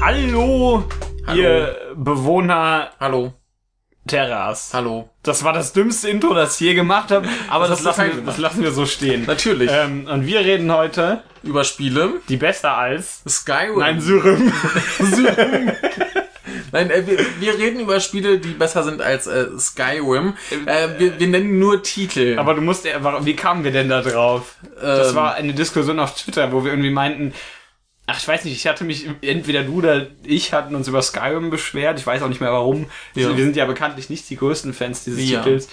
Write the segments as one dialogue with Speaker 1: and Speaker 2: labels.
Speaker 1: Hallo,
Speaker 2: Hallo.
Speaker 1: ihr Bewohner
Speaker 2: Hallo,
Speaker 1: Terras.
Speaker 2: hallo.
Speaker 1: Das war das dümmste Intro, das ich je gemacht habe, aber das,
Speaker 2: hast du fein
Speaker 1: lassen, wir,
Speaker 2: gemacht.
Speaker 1: das lassen wir so stehen.
Speaker 2: Natürlich.
Speaker 1: Ähm, und wir reden heute
Speaker 2: Über Spiele.
Speaker 1: die besser als
Speaker 2: Skyrim.
Speaker 1: Nein Syrim.
Speaker 2: Skyrim. Nein, äh, wir, wir reden über Spiele, die besser sind als äh, Skyrim. Äh, wir, wir nennen nur Titel.
Speaker 1: Aber du musst, ja- warum- wie kamen wir denn da drauf? Das
Speaker 2: Ähm.
Speaker 1: war eine Diskussion auf Twitter, wo wir irgendwie meinten, ach, ich weiß nicht, ich hatte mich, entweder du oder ich hatten uns über Skyrim beschwert, ich weiß auch nicht mehr warum.
Speaker 2: Ja.
Speaker 1: Wir sind ja bekanntlich nicht die größten Fans dieses
Speaker 2: Ja.
Speaker 1: Titels.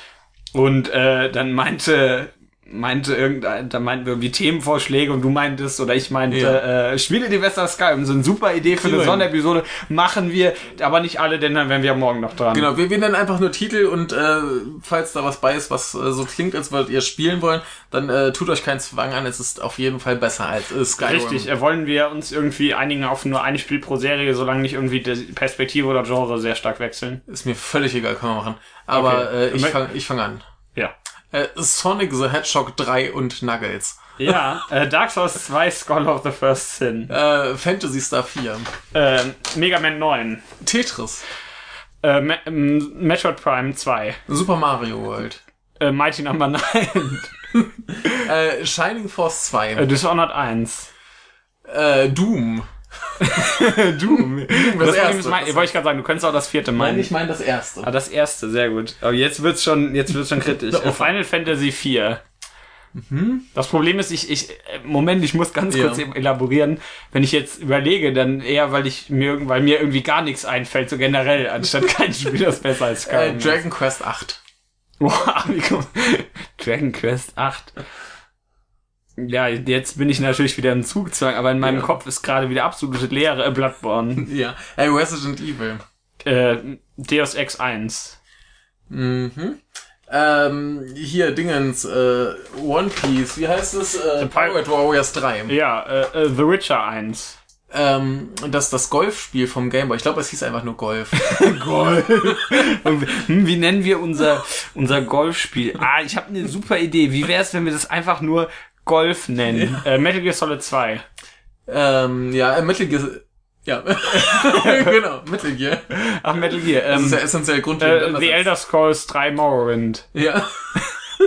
Speaker 1: Und äh, dann meinte meinte irgendein, da meinten wir irgendwie Themenvorschläge und du meintest oder ich meinte,
Speaker 2: Ja.
Speaker 1: äh, Spiele, die besser als Skyrim sind, super Idee für eine
Speaker 2: Schön.
Speaker 1: Sonderepisode, machen wir, aber nicht alle, denn dann wären wir morgen noch dran.
Speaker 2: Genau, wir, wir nennen einfach nur Titel und äh, falls da was bei ist, was äh, so klingt, als würdet ihr spielen wollen, dann äh, tut euch keinen Zwang an. Es ist auf jeden Fall besser als äh, Skyrim.
Speaker 1: Richtig, äh, wollen wir uns irgendwie einigen auf nur ein Spiel pro Serie, solange nicht irgendwie die Perspektive oder Genre sehr stark wechseln?
Speaker 2: Ist mir völlig egal, können wir machen. Aber
Speaker 1: Okay.
Speaker 2: äh, ich
Speaker 1: Mö-
Speaker 2: fange ich fang an.
Speaker 1: Ja.
Speaker 2: Äh, Sonic the Hedgehog 3 und Nuggets.
Speaker 1: Ja, äh, Dark Souls 2, Skull of the First Sin,
Speaker 2: Äh, Fantasy Star 4.
Speaker 1: äh, Mega Man 9,
Speaker 2: Tetris.
Speaker 1: äh, Me ähm, Metroid Prime 2,
Speaker 2: Super Mario World.
Speaker 1: äh, Mighty Number 9,
Speaker 2: Äh, Shining Force 2.
Speaker 1: äh, Dishonored 1.
Speaker 2: Äh, Doom.
Speaker 1: Doom.
Speaker 2: das
Speaker 1: Das, das
Speaker 2: erste,
Speaker 1: erste,
Speaker 2: das
Speaker 1: mein, wollte ich gerade sagen, du könntest auch das vierte meinen.
Speaker 2: Nein, ich meine das erste.
Speaker 1: Ah, das erste, sehr gut. Aber jetzt wird's schon, jetzt wird's schon kritisch. Äh, Final Fantasy IV. Das Problem ist, ich, ich, äh, Moment, ich muss ganz
Speaker 2: Mhm. Ja.
Speaker 1: kurz eben elaborieren. Wenn ich jetzt überlege, dann eher, weil ich mir, irgend- weil mir irgendwie gar nichts einfällt, so generell, anstatt kein Spiel, das besser als
Speaker 2: Äh,
Speaker 1: Skyrim. ist.
Speaker 2: Dragon Quest 8.
Speaker 1: Wow, wie komm- Dragon Quest 8. Ja, jetzt bin ich natürlich wieder im Zugzwang, aber in meinem
Speaker 2: Ja.
Speaker 1: Kopf ist gerade wieder absolute Leere. Äh, Bloodborne.
Speaker 2: Ja. Äh, Resident Evil.
Speaker 1: äh, Deus Ex 1.
Speaker 2: Mhm. Ähm, hier, Dingens, äh, One Piece, wie heißt es? Äh, Pirate Warriors 3.
Speaker 1: Ja, äh, äh, The Witcher 1.
Speaker 2: Ähm, das das Golfspiel vom Gameboy. Ich glaube, es hieß einfach nur Golf.
Speaker 1: Hm, Wie nennen wir unser, unser Golfspiel? Ah, ich habe eine super Idee. Wie wäre es, wenn wir das einfach nur Golf nennen? Äh, Metal Gear Solid 2.
Speaker 2: ähm, ja, äh, Metal Gear. Ja. genau, Metal Gear.
Speaker 1: Ach, Metal Gear.
Speaker 2: Das ist
Speaker 1: Ähm,
Speaker 2: ja essentiell grundlegend.
Speaker 1: äh,
Speaker 2: anders
Speaker 1: The
Speaker 2: als-
Speaker 1: Elder Scrolls 3 Morrowind.
Speaker 2: Ja.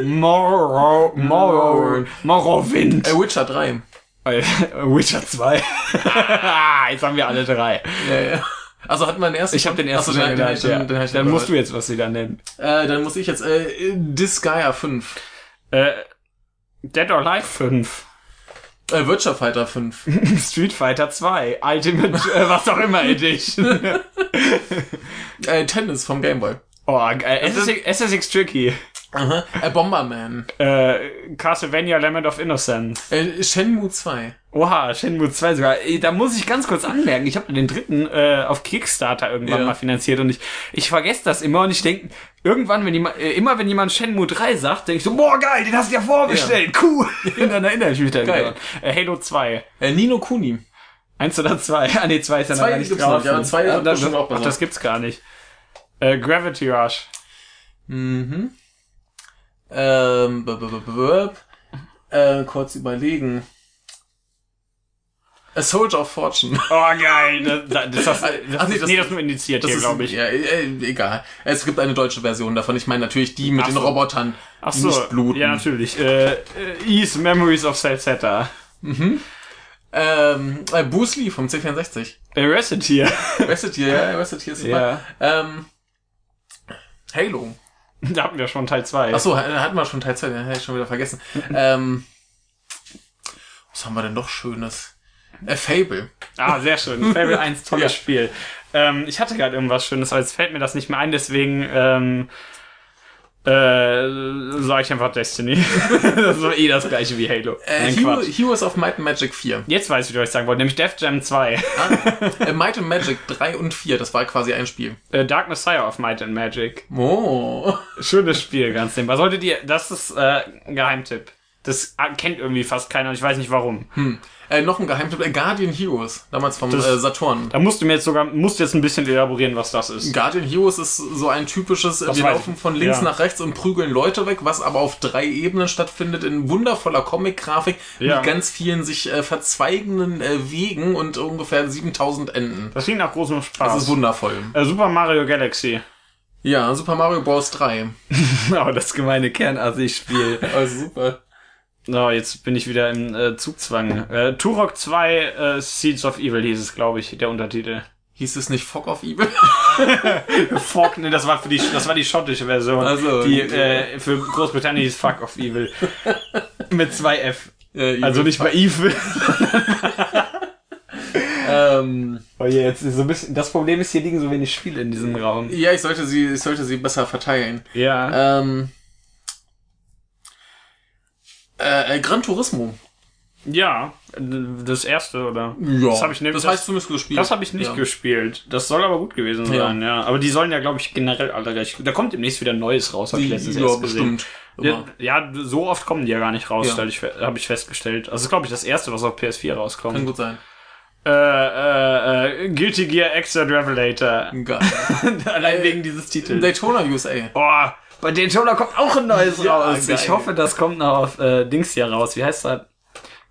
Speaker 1: Morrow, Morrow, Morrowind.
Speaker 2: Äh, Witcher 3.
Speaker 1: Äh, Witcher 2. Ah, jetzt haben wir alle drei.
Speaker 2: Ja, ja. Also hat man den ersten.
Speaker 1: Ich habe den
Speaker 2: Achso,
Speaker 1: ersten
Speaker 2: den-
Speaker 1: schon
Speaker 2: den
Speaker 1: genannt.
Speaker 2: hab ich schon-
Speaker 1: ja.
Speaker 2: den hab ich schon
Speaker 1: Dann musst
Speaker 2: bereit.
Speaker 1: du jetzt was wieder nennen.
Speaker 2: Äh, dann muss ich jetzt äh, Disgaea 5.
Speaker 1: Äh, Dead or Alive 5.
Speaker 2: Äh, Virtua Fighter 5.
Speaker 1: Mhm. Street Fighter 2. Ultimate, äh, was auch immer Edition.
Speaker 2: äh, Tennis vom Gameboy.
Speaker 1: Oh, geil. SSX, SSX Tricky.
Speaker 2: Aha. Äh, Bomberman.
Speaker 1: Äh, Castlevania Lament of Innocence.
Speaker 2: Äh, Shenmue 2.
Speaker 1: Oha, Shenmue 2 sogar. Äh, Da muss ich ganz kurz anmerken, ich habe den dritten äh, auf Kickstarter irgendwann
Speaker 2: Ja.
Speaker 1: mal finanziert und ich, ich vergesse das immer und ich denke, irgendwann, wenn jemand, äh, immer wenn jemand Shenmue 3 sagt, denke ich so, boah, geil, den hast du ja vorbestellt, cool. Und dann erinnere ich mich da
Speaker 2: Geil.
Speaker 1: wieder. dran. Äh, Halo 2.
Speaker 2: Äh, Nino Kuni.
Speaker 1: Eins oder zwei? Ah, nee, zwei ist ja noch
Speaker 2: Zwei
Speaker 1: gar nicht
Speaker 2: gibt's
Speaker 1: draußen.
Speaker 2: noch, ja, zwei
Speaker 1: ah,
Speaker 2: wird
Speaker 1: das,
Speaker 2: bestimmt auch
Speaker 1: ach,
Speaker 2: besser.
Speaker 1: das gibt's gar nicht. Äh, Gravity Rush.
Speaker 2: Mhm. Ähm, b -b -b -b -b äh, kurz überlegen. A Soldier of Fortune.
Speaker 1: Oh, geil. Das, das, das, das,
Speaker 2: Ach Ah, nee, das-
Speaker 1: nee, das ist nur indiziert hier, glaube ich.
Speaker 2: Ja, äh, egal. Es gibt eine deutsche Version davon. Ich meine natürlich die mit
Speaker 1: Ach
Speaker 2: den
Speaker 1: so.
Speaker 2: Robotern,
Speaker 1: Ach
Speaker 2: die
Speaker 1: so,
Speaker 2: nicht bluten.
Speaker 1: ja natürlich. Äh, äh, Ease Memories of Salsetta.
Speaker 2: ähm, äh, Bruce Lee vom C64.
Speaker 1: Äh, Reciteer.
Speaker 2: Arrested hier, ja, Arrested hier ist super. Ähm, Halo.
Speaker 1: da hatten wir schon Teil 2.
Speaker 2: Ach so, ha- äh, hatten wir schon Teil 2, den hätte ich schon wieder vergessen. ähm, was haben wir denn noch Schönes? Äh, Fable.
Speaker 1: Ah, sehr schön. Fable 1, tolles
Speaker 2: Ja.
Speaker 1: Spiel. Ähm, ich hatte gerade irgendwas Schönes, aber jetzt fällt mir das nicht mehr ein, deswegen ähm, äh, sage ich einfach Destiny. das war eh das gleiche wie Halo.
Speaker 2: Äh,
Speaker 1: Nein,
Speaker 2: Hero-
Speaker 1: Quatsch.
Speaker 2: Heroes of Might and Magic 4.
Speaker 1: Jetzt weiß ich, was ich sagen wollte, nämlich Death Jam 2.
Speaker 2: Äh, Might and Magic 3 und 4, das war quasi ein Spiel.
Speaker 1: äh, Dark Messiah of Might and Magic.
Speaker 2: Oh.
Speaker 1: Schönes Spiel, ganz nebenbei. Solltet ihr, das ist äh, ein Geheimtipp. Das kennt irgendwie fast keiner und ich weiß nicht warum.
Speaker 2: Äh, noch ein Geheimtipp, äh, Guardian Heroes, damals vom
Speaker 1: Das-
Speaker 2: äh, Saturn.
Speaker 1: Da musst du mir jetzt sogar, musst jetzt ein bisschen elaborieren, was das ist.
Speaker 2: Guardian Heroes ist so ein typisches, äh,
Speaker 1: Das
Speaker 2: wir
Speaker 1: weiß
Speaker 2: laufen
Speaker 1: ich.
Speaker 2: von links
Speaker 1: Ja.
Speaker 2: nach rechts und prügeln Leute weg, was aber auf drei Ebenen stattfindet, in wundervoller Comic-Grafik,
Speaker 1: Ja.
Speaker 2: mit ganz vielen sich äh, verzweigenden äh, Wegen und ungefähr 7000 Enden.
Speaker 1: Das klingt nach großem
Speaker 2: Das
Speaker 1: Spaß.
Speaker 2: ist wundervoll.
Speaker 1: äh, Super Mario Galaxy.
Speaker 2: Ja, Super Mario Bros. 3.
Speaker 1: Aber das gemeine Kernassi-Spiel.
Speaker 2: Also super.
Speaker 1: So, jetzt bin ich wieder im äh, Zugzwang. Äh, Turok 2 äh, Seeds of Evil hieß es, glaube ich, der Untertitel.
Speaker 2: Hieß es nicht Fog of Evil?
Speaker 1: Fuck, ne, das war für die, das war die schottische Version.
Speaker 2: Ach so,
Speaker 1: die
Speaker 2: gut.
Speaker 1: äh, für Großbritannien hieß Fuck of Evil mit zwei F.
Speaker 2: Äh,
Speaker 1: Also nicht bei Evil.
Speaker 2: Ähm,
Speaker 1: Oh je, jetzt ist so ein bisschen. Das Problem ist, hier liegen so wenig Spiele in diesem Raum.
Speaker 2: ja, ich sollte sie, ich sollte sie besser verteilen.
Speaker 1: Ja.
Speaker 2: Ähm, äh, äh, Gran Turismo.
Speaker 1: Ja, das erste oder?
Speaker 2: Ja.
Speaker 1: Das habe ich nämlich.
Speaker 2: das
Speaker 1: Das
Speaker 2: heißt zumindest gespielt.
Speaker 1: das habe ich nicht
Speaker 2: ja.
Speaker 1: gespielt. Das soll aber gut gewesen
Speaker 2: Ja.
Speaker 1: sein, ja. Aber die sollen ja, glaube ich, generell alle recht. Da kommt demnächst wieder Neues raus, habe ich letztens
Speaker 2: Ja,
Speaker 1: erst gesehen.
Speaker 2: bestimmt.
Speaker 1: Ja,
Speaker 2: Immer.
Speaker 1: ja, so oft kommen die ja gar nicht raus,
Speaker 2: Ja.
Speaker 1: ja. habe ich festgestellt. Also, glaube ich, das erste, was auf PS4 rauskommt.
Speaker 2: Kann gut sein.
Speaker 1: äh, äh, äh, Guilty Gear Exit Revelator.
Speaker 2: Geil.
Speaker 1: Allein wegen dieses Titels.
Speaker 2: Daytona USA.
Speaker 1: Oh, bei Daytona kommt auch ein neues
Speaker 2: Ja,
Speaker 1: raus.
Speaker 2: geil.
Speaker 1: Ich hoffe, das kommt noch auf äh, Dings hier raus. Wie heißt das?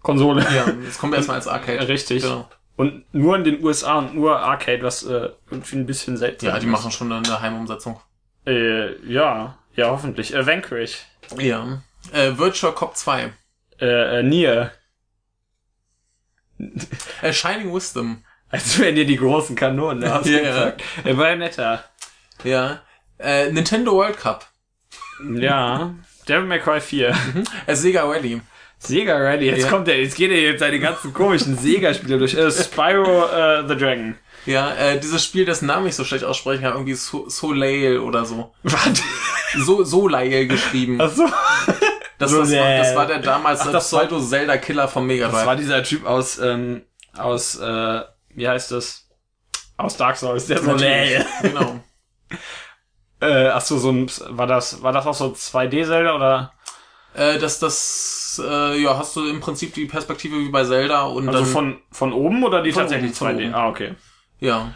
Speaker 1: Konsole.
Speaker 2: Ja, das kommt erstmal als Arcade.
Speaker 1: Richtig.
Speaker 2: Genau.
Speaker 1: Und nur in den USA und nur Arcade, was äh, irgendwie ein bisschen seltsam
Speaker 2: Ja, die machen schon eine Heimumsetzung.
Speaker 1: ist. Äh, ja, ja, hoffentlich. Äh, Vanquish.
Speaker 2: Ja. Äh, Virtual Cop 2.
Speaker 1: Äh, äh, Nier.
Speaker 2: Äh, Shining Wisdom.
Speaker 1: Als wären dir die großen Kanonen hast
Speaker 2: Ja,
Speaker 1: du gesagt. Äh, Bayonetta.
Speaker 2: Ja. Äh, Nintendo World Cup.
Speaker 1: Ja. Devil May Cry 4.
Speaker 2: Äh, Sega Rally.
Speaker 1: Sega Rally, jetzt
Speaker 2: Ja.
Speaker 1: kommt er, jetzt geht er jetzt seine ganzen komischen Sega-Spiele durch. Äh, Spyro äh, the Dragon.
Speaker 2: Ja, äh, dieses Spiel, das Namen ich so schlecht aussprechen kann, irgendwie so Soleil oder so.
Speaker 1: Was?
Speaker 2: So Soleil geschrieben. Das,
Speaker 1: Achso.
Speaker 2: das,
Speaker 1: Soleil.
Speaker 2: das war der damals
Speaker 1: Ach,
Speaker 2: der
Speaker 1: das war-
Speaker 2: Pseudo-Zelda-Killer vom Mega
Speaker 1: Das war
Speaker 2: Drive.
Speaker 1: dieser Typ aus, ähm, aus, äh, wie heißt das? Aus Dark Souls, der so,
Speaker 2: Natürlich.
Speaker 1: äh,
Speaker 2: Genau.
Speaker 1: achso, so ein, war das, war das auch so 2D-Zelda oder?
Speaker 2: Äh, das, das, äh, ja, hast du im Prinzip die Perspektive wie bei Zelda und
Speaker 1: Also
Speaker 2: dann,
Speaker 1: von, von oben oder die
Speaker 2: Von
Speaker 1: tatsächlich
Speaker 2: oben, von
Speaker 1: 2D?
Speaker 2: oben.
Speaker 1: Ah, okay.
Speaker 2: ja.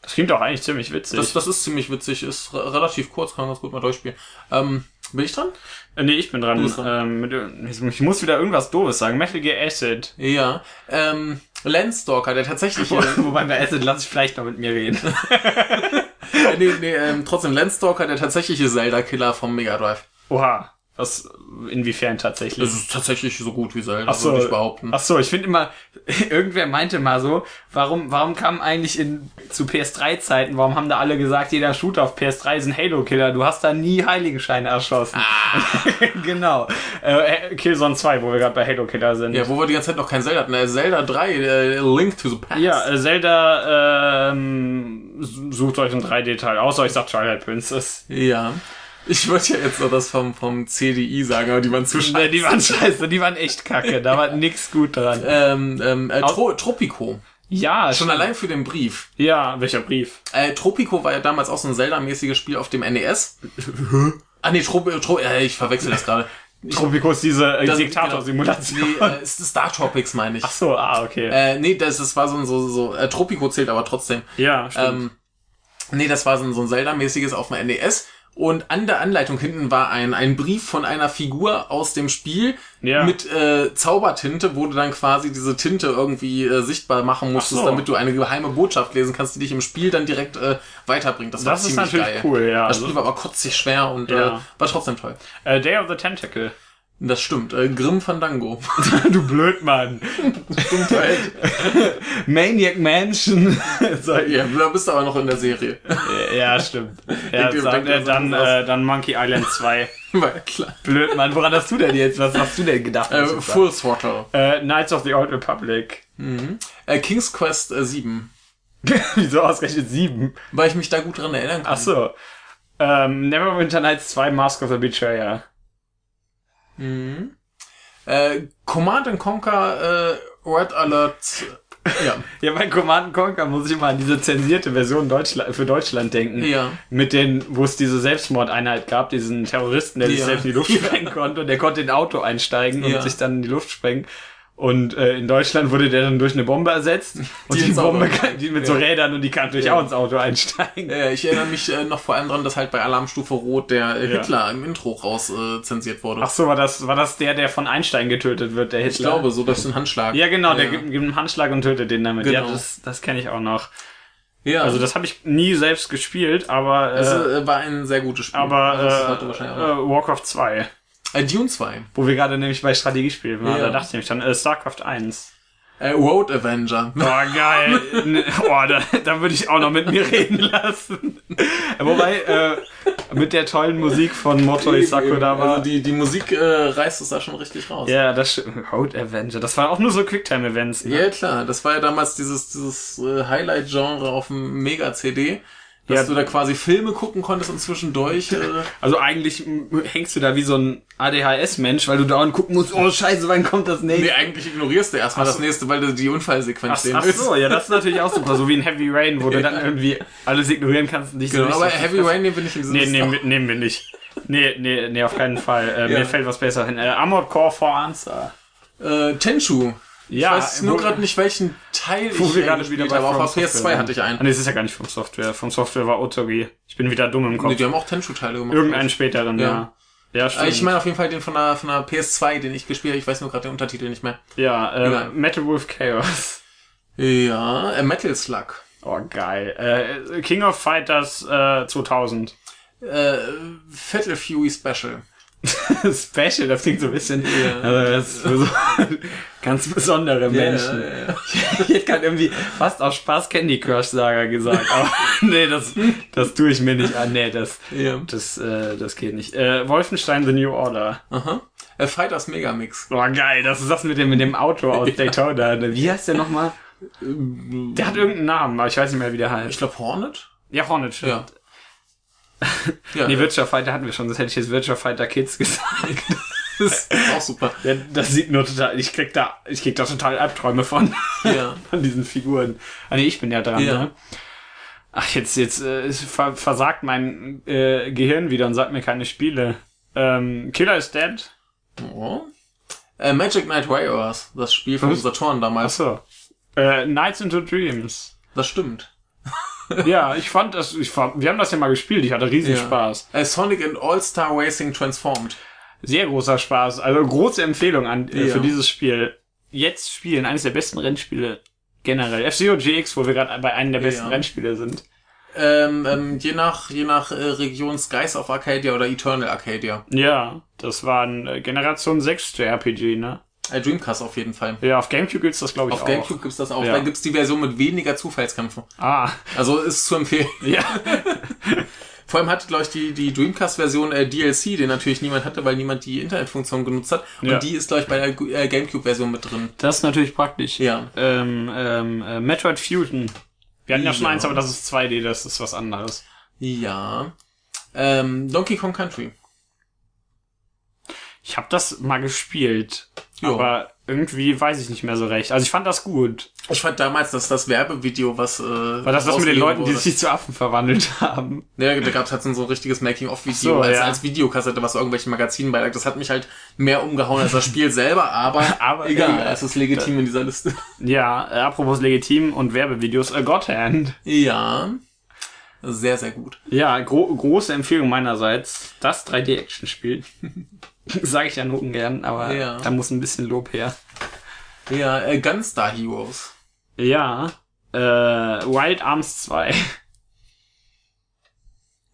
Speaker 1: Das klingt doch eigentlich ziemlich witzig.
Speaker 2: Das, das ist ziemlich witzig, ist re relativ kurz, kann man ganz gut mal durchspielen. Ähm, bin ich dran?
Speaker 1: äh, nee, ich bin dran.
Speaker 2: Du bist
Speaker 1: Ähm, mit, ich muss wieder irgendwas Doofes sagen. Metal Gear Acid.
Speaker 2: Ja. Ähm, Landstalker, der tatsächlich, äh,
Speaker 1: Wobei bei Acid lasse ich vielleicht noch mit mir reden.
Speaker 2: äh, nee, nee, ähm, trotzdem Landstalker, der tatsächliche Zelda-Killer vom Mega Drive.
Speaker 1: Oha. Was, inwiefern tatsächlich?
Speaker 2: Das ist tatsächlich so gut wie Zelda,
Speaker 1: Ach so.
Speaker 2: würde ich behaupten.
Speaker 1: Ach so, ich finde immer, irgendwer meinte mal so, warum, warum kam eigentlich in, zu PS3-Zeiten, warum haben da alle gesagt, jeder Shooter auf PS3 ist ein Halo-Killer, du hast da nie Heiligenscheine erschossen. genau. Äh, Killzone 2, wo wir gerade bei Halo-Killer sind.
Speaker 2: Ja, wo wir die ganze Zeit noch kein Zelda hatten. Äh, Zelda 3, äh, Link to the Past.
Speaker 1: Ja, äh, Zelda, ähm, sucht euch ein 3D-Teil, außer ich sag Twilight Princess.
Speaker 2: ja. Ich wollte ja jetzt noch das vom, vom CDI sagen, aber die waren zu
Speaker 1: Ne,
Speaker 2: scheiße.
Speaker 1: die waren scheiße, die waren echt kacke, da war nix gut dran.
Speaker 2: Ähm, ähm, äh, Tro Tropico.
Speaker 1: Ja,
Speaker 2: Schon allein für den Brief.
Speaker 1: Ja, welcher Brief?
Speaker 2: Äh, Tropico war ja damals auch so ein Zelda-mäßiges Spiel auf dem NES. ah nee, Trop Tro äh, ich verwechsel das gerade.
Speaker 1: Tropico ist diese äh,
Speaker 2: Das-
Speaker 1: Diktator-Simulation.
Speaker 2: Nee, äh, es ist Star Topics meine ich.
Speaker 1: Ach so, ah, okay.
Speaker 2: Äh, nee, das, das war so ein so, so äh, Tropico zählt aber trotzdem.
Speaker 1: ja, stimmt.
Speaker 2: Ähm, nee, das war so ein, so ein Zelda-mäßiges auf dem NES. Und an der Anleitung hinten war ein, ein Brief von einer Figur aus dem Spiel
Speaker 1: Ja.
Speaker 2: mit äh, Zaubertinte, wo du dann quasi diese Tinte irgendwie äh, sichtbar machen musstest,
Speaker 1: so.
Speaker 2: damit du eine geheime Botschaft lesen kannst, die dich im Spiel dann direkt äh, weiterbringt. Das, war
Speaker 1: Das ist
Speaker 2: ziemlich
Speaker 1: natürlich
Speaker 2: geil.
Speaker 1: cool, ja.
Speaker 2: Das
Speaker 1: Also-
Speaker 2: Spiel war aber kotzig schwer und äh,
Speaker 1: Ja.
Speaker 2: war trotzdem toll.
Speaker 1: äh, Day of the Tentacle.
Speaker 2: Das stimmt. Äh, Grimm Fandango.
Speaker 1: du Blödmann.
Speaker 2: Stimmt halt.
Speaker 1: Maniac Mansion. so,
Speaker 2: ja, da bist du aber noch in der Serie.
Speaker 1: ja, stimmt. Ja,
Speaker 2: Denkt ihr-
Speaker 1: dann,
Speaker 2: denkt ihr,
Speaker 1: äh, dann,
Speaker 2: was ist das?
Speaker 1: äh, dann Monkey Island 2.
Speaker 2: War klar.
Speaker 1: Blödmann, woran hast du denn jetzt? Was hast du denn gedacht?
Speaker 2: Äh,
Speaker 1: muss ich sagen?
Speaker 2: Full Throttle.
Speaker 1: äh, Knights of the Old Republic.
Speaker 2: Äh, King's Quest äh, 7.
Speaker 1: Wieso ausgerechnet 7?
Speaker 2: Weil ich mich da gut dran erinnern kann.
Speaker 1: Ach so. Ähm, Neverwinter Nights 2, Mask of the Betrayer.
Speaker 2: Äh, Command and Conquer äh, Red Alert Ja.
Speaker 1: Ja, bei Command Conquer muss ich immer an diese zensierte Version Deutschland, für Deutschland denken.
Speaker 2: Ja.
Speaker 1: Mit den, wo es diese Selbstmordeinheit gab, diesen Terroristen, der sich
Speaker 2: Ja.
Speaker 1: selbst in die Luft
Speaker 2: Ja.
Speaker 1: sprengen konnte und der konnte in ein Auto einsteigen
Speaker 2: Ja.
Speaker 1: und sich dann in die Luft sprengen. Und äh, in Deutschland wurde der dann durch eine Bombe ersetzt und
Speaker 2: Die
Speaker 1: die,
Speaker 2: ins Auto
Speaker 1: Bombe
Speaker 2: einsteigt.
Speaker 1: kann, die mit so
Speaker 2: Ja.
Speaker 1: Rädern und die kann natürlich auch ins Auto einsteigen.
Speaker 2: Ja, ich erinnere mich äh, noch vor allem dran, dass halt bei Alarmstufe Rot der äh,
Speaker 1: Ja.
Speaker 2: Hitler im Intro raus äh, zensiert wurde.
Speaker 1: Ach so, war das, war das der, der von Einstein getötet wird, der Hitler?
Speaker 2: ich glaube, so durch den Handschlag.
Speaker 1: Ja, genau, der
Speaker 2: ja.
Speaker 1: gibt, gibt einen Handschlag und tötet den damit.
Speaker 2: Genau.
Speaker 1: Ja, das, das kenne ich auch noch.
Speaker 2: Ja,
Speaker 1: Also das habe ich nie selbst gespielt, aber äh,
Speaker 2: es äh, war ein sehr gutes Spiel. Also, das
Speaker 1: aber
Speaker 2: sollte
Speaker 1: äh,
Speaker 2: wahrscheinlich auch-
Speaker 1: äh, Warcraft 2,
Speaker 2: Äh, Dune 2.
Speaker 1: wo wir gerade nämlich bei Strategiespielen waren,
Speaker 2: Ja.
Speaker 1: da dachte ich dann äh, StarCraft 1.
Speaker 2: Äh, Road Avenger.
Speaker 1: Oh, geil. Ne, oh, da, da würde ich auch noch mit mir reden lassen. Wobei, äh, mit der tollen Musik von Motoi Sakuraba.
Speaker 2: Also die, die Musik äh, reißt es da schon richtig raus.
Speaker 1: ja, das stimmt. Road Avenger. Das waren auch nur so Quicktime-Events. Ne?
Speaker 2: Ja, klar. Das war ja damals dieses, dieses äh, Highlight-Genre auf dem Mega-CD, dass
Speaker 1: Ja.
Speaker 2: du da quasi Filme gucken konntest und zwischendurch. Äh,
Speaker 1: Also eigentlich m, hängst du da wie so ein ADHS-Mensch, weil du dauernd gucken musst, oh scheiße, wann kommt das nächste?
Speaker 2: nee, eigentlich ignorierst du erstmal
Speaker 1: Ach so.
Speaker 2: das nächste, weil du die Unfallsequenz
Speaker 1: Ach,
Speaker 2: sehen
Speaker 1: ach
Speaker 2: willst.
Speaker 1: so, ja, das ist natürlich auch super, so wie in Heavy Rain, wo du dann irgendwie alles ignorieren kannst und dich
Speaker 2: Genau,
Speaker 1: so
Speaker 2: aber
Speaker 1: nicht so
Speaker 2: Heavy Rain, den bin ich in
Speaker 1: Nee, nee, mit- nehmen wir nicht. Nee, nee, nee, auf keinen Fall. Äh,
Speaker 2: Ja.
Speaker 1: Mir fällt was besser hin. Äh, Armored Core 4 Answer.
Speaker 2: Äh, Tenchu.
Speaker 1: Ja,
Speaker 2: ich weiß nur
Speaker 1: wo-
Speaker 2: gerade nicht, welchen Teil
Speaker 1: Wo
Speaker 2: ich
Speaker 1: wir
Speaker 2: äh,
Speaker 1: gerade
Speaker 2: gespielt
Speaker 1: wieder bei
Speaker 2: habe, aber
Speaker 1: From
Speaker 2: auf der PS2
Speaker 1: Software
Speaker 2: hatte ich
Speaker 1: sind. Ah,
Speaker 2: einen.
Speaker 1: Nee, es ist ja gar nicht vom Software. Vom Software war Otogi. Ich bin wieder dumm im Kopf.
Speaker 2: Nee, die haben auch Tenchu-Teile gemacht.
Speaker 1: Irgendeinen später dann,
Speaker 2: Ja.
Speaker 1: ja. Ja,
Speaker 2: Äh,
Speaker 1: stimmt.
Speaker 2: Ich meine auf jeden Fall den von der, von der PS2, den ich gespielt habe. Ich weiß nur gerade den Untertitel nicht mehr.
Speaker 1: ja, äh,
Speaker 2: egal.
Speaker 1: Metal Wolf Chaos.
Speaker 2: Ja, äh, Metal Slug.
Speaker 1: Oh, geil. Äh, King of Fighters äh, 2000.
Speaker 2: Äh, Fatal Fury Special.
Speaker 1: Special, das klingt so ein bisschen.
Speaker 2: Ja.
Speaker 1: Also das ist für so ganz besondere Menschen.
Speaker 2: Äh,
Speaker 1: Ich hätte gerade irgendwie fast aus Spaß Candy Crush Saga gesagt. Aber nee, das, das tue ich mir nicht an. Nee, das,
Speaker 2: ja.
Speaker 1: das, äh, das geht nicht. Äh, Wolfenstein The New Order.
Speaker 2: Aha. Äh, Fighters Megamix.
Speaker 1: Oh, geil, das ist das mit dem, mit dem Auto aus Daytona. ne? Wie heißt der nochmal? Der hat irgendeinen Namen, aber ich weiß nicht mehr, wie der
Speaker 2: Ich
Speaker 1: heißt.
Speaker 2: glaube Hornet?
Speaker 1: Ja, Hornet. stimmt.
Speaker 2: Ja. ja.
Speaker 1: Nee, Virtua Fighter hatten wir schon, sonst hätte ich jetzt Virtua Fighter Kids gesagt.
Speaker 2: das ist auch super.
Speaker 1: Ja, das sieht nur total, ich krieg da, ich krieg da total Albträume von.
Speaker 2: Ja.
Speaker 1: von diesen Figuren. Ah, nee, ich bin ja dran.
Speaker 2: Ja.
Speaker 1: Ne? Ach, jetzt, jetzt äh, es ver versagt mein äh, Gehirn wieder und sagt mir keine Spiele. Ähm, Killer is Dead.
Speaker 2: Oh. Äh, Magic Knight Warriors, das Spiel von
Speaker 1: Was?
Speaker 2: Saturn damals.
Speaker 1: Achso. Äh, Nights into Dreams.
Speaker 2: Das stimmt.
Speaker 1: ja, ich fand das, ich fand, wir haben das ja mal gespielt, ich hatte riesen
Speaker 2: Ja.
Speaker 1: Spaß.
Speaker 2: Äh, Sonic and All-Star Racing Transformed.
Speaker 1: Sehr großer Spaß, also große Empfehlung an, äh,
Speaker 2: Ja.
Speaker 1: für dieses Spiel. Jetzt spielen, eines der besten Rennspiele generell. FCO GX, wo wir gerade bei einem der besten
Speaker 2: Ja.
Speaker 1: Rennspiele sind.
Speaker 2: Ähm, ähm, je nach, je nach äh, Region Skies of Arcadia oder Eternal Arcadia.
Speaker 1: Ja, das war ein äh, Generation 6 JRPG, ne?
Speaker 2: Äh, Dreamcast auf jeden Fall.
Speaker 1: Ja, auf Gamecube gibt's das, glaube ich,
Speaker 2: Auf
Speaker 1: auch.
Speaker 2: Gamecube gibt's das auch.
Speaker 1: Ja.
Speaker 2: Da gibt's die Version mit weniger Zufallskämpfen.
Speaker 1: Ah,
Speaker 2: Also ist zu empfehlen.
Speaker 1: ja.
Speaker 2: Vor allem hatte, glaube ich, die, die Dreamcast-Version äh, DLC, den natürlich niemand hatte, weil niemand die Internetfunktion genutzt hat. Und
Speaker 1: Ja.
Speaker 2: die ist, glaube ich, bei der Gu- äh, Gamecube-Version mit drin.
Speaker 1: Das ist natürlich praktisch.
Speaker 2: Ja.
Speaker 1: Ähm, ähm, äh, Metroid Fusion. Wir hatten ja schon
Speaker 2: Ja.
Speaker 1: eins, aber das ist 2D, das ist was anderes.
Speaker 2: Ja. Ähm, Donkey Kong Country.
Speaker 1: Ich habe das mal gespielt,
Speaker 2: Ja.
Speaker 1: aber irgendwie weiß ich nicht mehr so recht. Also ich fand das gut.
Speaker 2: Ich fand damals, dass das Werbevideo, was... Äh,
Speaker 1: War das das mit den Leuten, die sich zu Affen verwandelt haben?
Speaker 2: Ja, da gab's halt so ein so ein richtiges Making-of-Video
Speaker 1: Ach so,
Speaker 2: als,
Speaker 1: ja.
Speaker 2: als Videokassette, was irgendwelchen Magazinen beilagt. Das hat mich halt mehr umgehauen als das Spiel selber, aber,
Speaker 1: Aber
Speaker 2: egal,
Speaker 1: egal.
Speaker 2: es ist legitim in dieser Liste.
Speaker 1: Ja, äh, apropos legitim und Werbevideos, äh, God Hand.
Speaker 2: Ja, sehr, sehr gut.
Speaker 1: Ja, gro große Empfehlung meinerseits. Das 3D-Action-Spiel. Sage ich ja nur ungern, aber
Speaker 2: Ja.
Speaker 1: da muss ein bisschen Lob her.
Speaker 2: Ja, äh, Gunstar Heroes.
Speaker 1: Ja, äh, Wild Arms 2.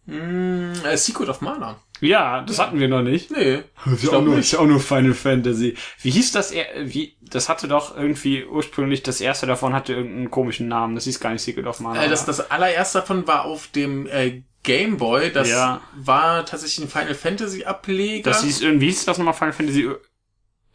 Speaker 2: Mm, äh, Secret of Mana.
Speaker 1: Ja, das hatten wir noch nicht.
Speaker 2: Nee,
Speaker 1: Das ist,
Speaker 2: glaub nur-
Speaker 1: ist auch nur Final Fantasy. Wie hieß das? er- Wie, das hatte doch irgendwie ursprünglich, das erste davon hatte irgendeinen komischen Namen. Das hieß gar nicht Secret of Mana.
Speaker 2: äh, das, das allererste davon war auf dem äh, Game Boy. Das
Speaker 1: Ja.
Speaker 2: war tatsächlich ein Final Fantasy Ableger.
Speaker 1: Das hieß irgendwie, hieß das nochmal Final Fantasy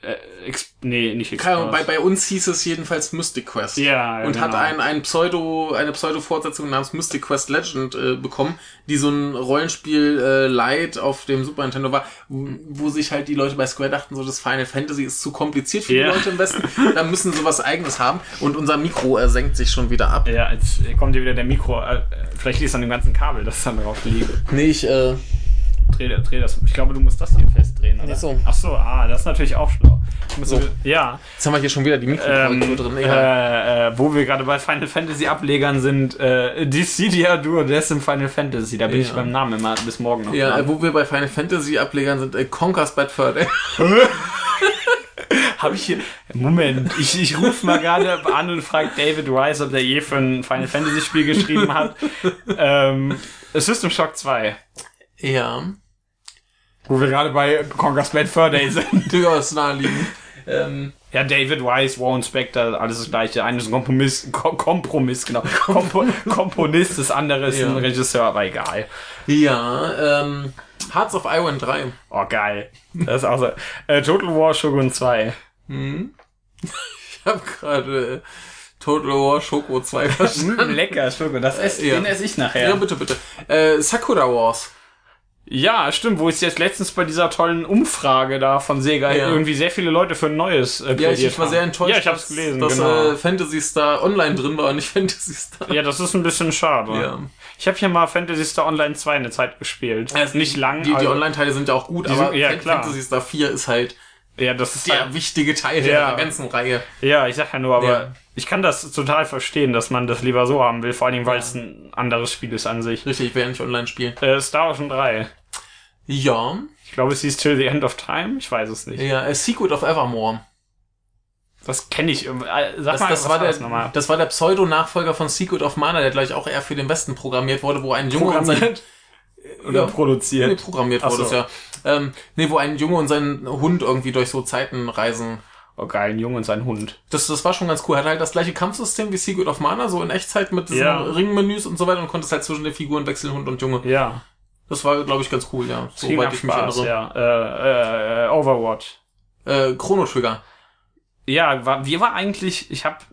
Speaker 1: Äh, Ex nee, nicht
Speaker 2: Keine Ahnung, bei,
Speaker 1: Explorers.
Speaker 2: bei uns hieß es jedenfalls Mystic Quest.
Speaker 1: Ja, ja,
Speaker 2: Und hat
Speaker 1: genau.
Speaker 2: ein, ein Pseudo, eine Pseudo-Fortsetzung namens Mystic Quest Legend äh, bekommen, die so ein Rollenspiel äh, Light auf dem Super Nintendo war, wo, wo sich halt die Leute bei Square dachten, so das Final Fantasy ist zu kompliziert für
Speaker 1: Ja.
Speaker 2: die Leute im Westen, da müssen sie was eigenes haben und unser Mikro äh, senkt sich schon wieder ab.
Speaker 1: Ja, jetzt kommt hier wieder der Mikro. Äh, vielleicht liegt es an dem ganzen Kabel, das dann drauf liegt.
Speaker 2: Nee, ich, äh,
Speaker 1: Dreh, dreh das. Ich glaube, du musst das hier festdrehen. Oder?
Speaker 2: Nee, so.
Speaker 1: Ach so, ah, das ist natürlich auch schlau. Musst
Speaker 2: So.
Speaker 1: du- Ja.
Speaker 2: jetzt haben wir hier schon wieder die Mikrokorrektur
Speaker 1: Ähm,
Speaker 2: drin,
Speaker 1: äh,
Speaker 2: egal.
Speaker 1: äh, wo wir gerade bei Final Fantasy Ablegern sind, äh, Dissidia Duodecim Final Fantasy. Da bin
Speaker 2: Ja.
Speaker 1: ich beim Namen immer bis morgen noch.
Speaker 2: ja,
Speaker 1: dran.
Speaker 2: äh, wo wir bei Final Fantasy Ablegern sind, äh, Conker's Bad Fur Day.
Speaker 1: Habe ich hier. Moment, ich, ich rufe mal gerade an und frage David Rice, ob der je für ein Final Fantasy Spiel geschrieben hat. ähm, System Shock 2,
Speaker 2: Ja.
Speaker 1: wo wir gerade bei Conquest Bad Fur Day sind.
Speaker 2: Ja, ist naheliegend. Ähm,
Speaker 1: Ja, David Rice, Warren Spector, alles das gleiche. Eines ist ein Kompromiss, Kom Kompromiss, genau. Kompo Komponist, das andere ist ein
Speaker 2: Ja.
Speaker 1: Regisseur, aber egal.
Speaker 2: ja, ähm, Hearts of Iron 3.
Speaker 1: Oh, geil. Das ist auch so. Äh, Total War Shogun 2.
Speaker 2: Ich habe gerade äh, Total War Schoko 2 verstanden.
Speaker 1: Mm, lecker, Shogun. Das esse,
Speaker 2: Ja.
Speaker 1: den esse ich
Speaker 2: Ja.
Speaker 1: nachher.
Speaker 2: bitte, bitte. Äh, Sakura Wars.
Speaker 1: Ja, stimmt, wo ich jetzt letztens bei dieser tollen Umfrage da von Sega
Speaker 2: Ja.
Speaker 1: irgendwie sehr viele Leute für ein neues äh,
Speaker 2: Ja, ich,
Speaker 1: plädiert
Speaker 2: ich war sehr
Speaker 1: haben.
Speaker 2: enttäuscht,
Speaker 1: Ja, ich hab's gelesen,
Speaker 2: dass
Speaker 1: genau.
Speaker 2: äh, Fantasy Star online drin war und nicht Fantasy Star.
Speaker 1: ja, das ist ein bisschen schade.
Speaker 2: Ja.
Speaker 1: Ich habe hier mal Fantasy Star Online 2 eine Zeit gespielt.
Speaker 2: Also
Speaker 1: nicht lang,
Speaker 2: Die, die
Speaker 1: also-
Speaker 2: Online-Teile sind ja auch gut,
Speaker 1: Die
Speaker 2: aber
Speaker 1: sind- ja,
Speaker 2: Fan-
Speaker 1: klar.
Speaker 2: Fantasy Star 4 ist halt
Speaker 1: ja, das ist halt
Speaker 2: der wichtige Teil
Speaker 1: Ja.
Speaker 2: der ganzen Reihe.
Speaker 1: Ja, ich sag ja nur, aber
Speaker 2: Ja.
Speaker 1: ich kann das total verstehen, dass man das lieber so haben will, vor allen Dingen, weil es ein anderes Spiel ist an sich.
Speaker 2: Richtig, ich werde nicht online spielen.
Speaker 1: Äh, Star Ocean 3.
Speaker 2: Ja,
Speaker 1: Ich glaube, es hieß Till the End of Time. Ich weiß es nicht.
Speaker 2: ja, äh, Secret of Evermore.
Speaker 1: Das kenne ich. irgendwie. Äh, Sag
Speaker 2: Das,
Speaker 1: mal,
Speaker 2: das,
Speaker 1: was
Speaker 2: war
Speaker 1: das
Speaker 2: der,
Speaker 1: nochmal?
Speaker 2: das war der Pseudo-Nachfolger von Secret of Mana, der gleich auch eher für den Westen programmiert wurde, wo ein Junge und sein
Speaker 1: oder
Speaker 2: Ja. Nee,
Speaker 1: produziert.
Speaker 2: programmiert
Speaker 1: Ach
Speaker 2: wurde es
Speaker 1: so.
Speaker 2: ja. Ähm, nee, wo ein Junge und sein Hund irgendwie durch so Zeiten reisen.
Speaker 1: Oh geil, ein Junge und sein Hund.
Speaker 2: Das, das war schon ganz cool. Hat halt das gleiche Kampfsystem wie Secret of Mana, so in Echtzeit mit diesen
Speaker 1: Ja.
Speaker 2: Ringmenüs und so weiter und konntest halt zwischen den Figuren wechseln, Hund und Junge.
Speaker 1: Ja,
Speaker 2: Das war, glaube ich, ganz cool, ja.
Speaker 1: es ging nach
Speaker 2: ich
Speaker 1: Spaß, ja. Äh, äh, äh, Overwatch.
Speaker 2: Äh, Chrono Trigger.
Speaker 1: Ja, war, wie war eigentlich, ich hab,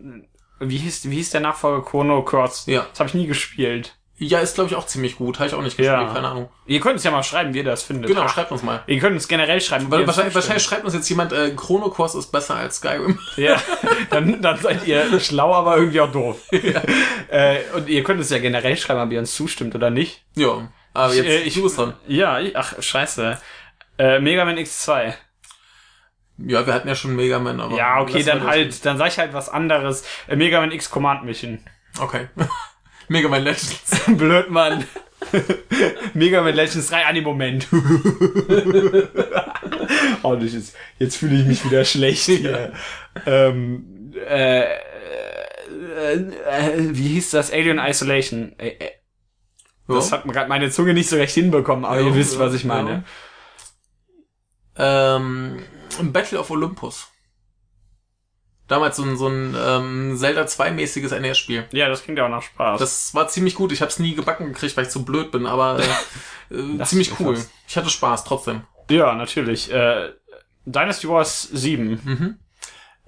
Speaker 1: wie hieß, wie hieß der Nachfolger Chrono Cross?
Speaker 2: Ja.
Speaker 1: Das habe ich nie gespielt.
Speaker 2: Ja, ist, glaube ich, auch ziemlich gut. Habe ich auch nicht gespielt,
Speaker 1: Ja.
Speaker 2: keine Ahnung.
Speaker 1: Ihr könnt es ja mal schreiben, wie ihr das findet.
Speaker 2: Genau,
Speaker 1: Ah,
Speaker 2: schreibt uns mal.
Speaker 1: Ihr könnt uns generell schreiben. ob ihr
Speaker 2: Weil,
Speaker 1: uns
Speaker 2: wahrscheinlich, wahrscheinlich
Speaker 1: zustimmt.
Speaker 2: schreibt uns jetzt jemand, äh, Chrono Cross ist besser als Skyrim.
Speaker 1: Ja, dann, dann seid ihr schlau, aber irgendwie auch doof. Äh, und ihr könnt uns ja generell schreiben, ob ihr uns zustimmt oder nicht.
Speaker 2: ja. Aber jetzt,
Speaker 1: äh, ich-
Speaker 2: du bist dran.
Speaker 1: Ja, ich, ach, scheiße. Äh, Mega Man X2.
Speaker 2: Ja, wir hatten ja schon Mega Man, aber.
Speaker 1: Ja, okay,
Speaker 2: lass
Speaker 1: dann
Speaker 2: mal
Speaker 1: halt, dann sag ich halt was anderes. Äh, Mega Man X Command Mission.
Speaker 2: das- Okay. Mega Man Legends.
Speaker 1: Blöd, Mann. Mega Man Legends 3 an dem Moment. oh, das ist, jetzt fühle ich mich wieder schlecht hier. Ähm, äh, äh, äh, wie hieß das? Alien Isolation. Äh, äh, Das
Speaker 2: Ja.
Speaker 1: hat gerade meine Zunge nicht so recht hinbekommen, aber
Speaker 2: Ja,
Speaker 1: ihr wisst, was ich
Speaker 2: ja.
Speaker 1: meine.
Speaker 2: Ähm, Battle of Olympus. Damals so ein, so ein ähm, Zelda 2-mäßiges NES-Spiel.
Speaker 1: Ja, das klingt ja auch nach Spaß.
Speaker 2: Das war ziemlich gut. Ich habe es nie gebacken gekriegt, weil ich zu blöd bin, aber äh, äh,
Speaker 1: Das
Speaker 2: ziemlich
Speaker 1: ist
Speaker 2: cool.
Speaker 1: krass.
Speaker 2: Ich hatte Spaß trotzdem.
Speaker 1: ja, natürlich. Äh, Dynasty Wars 7.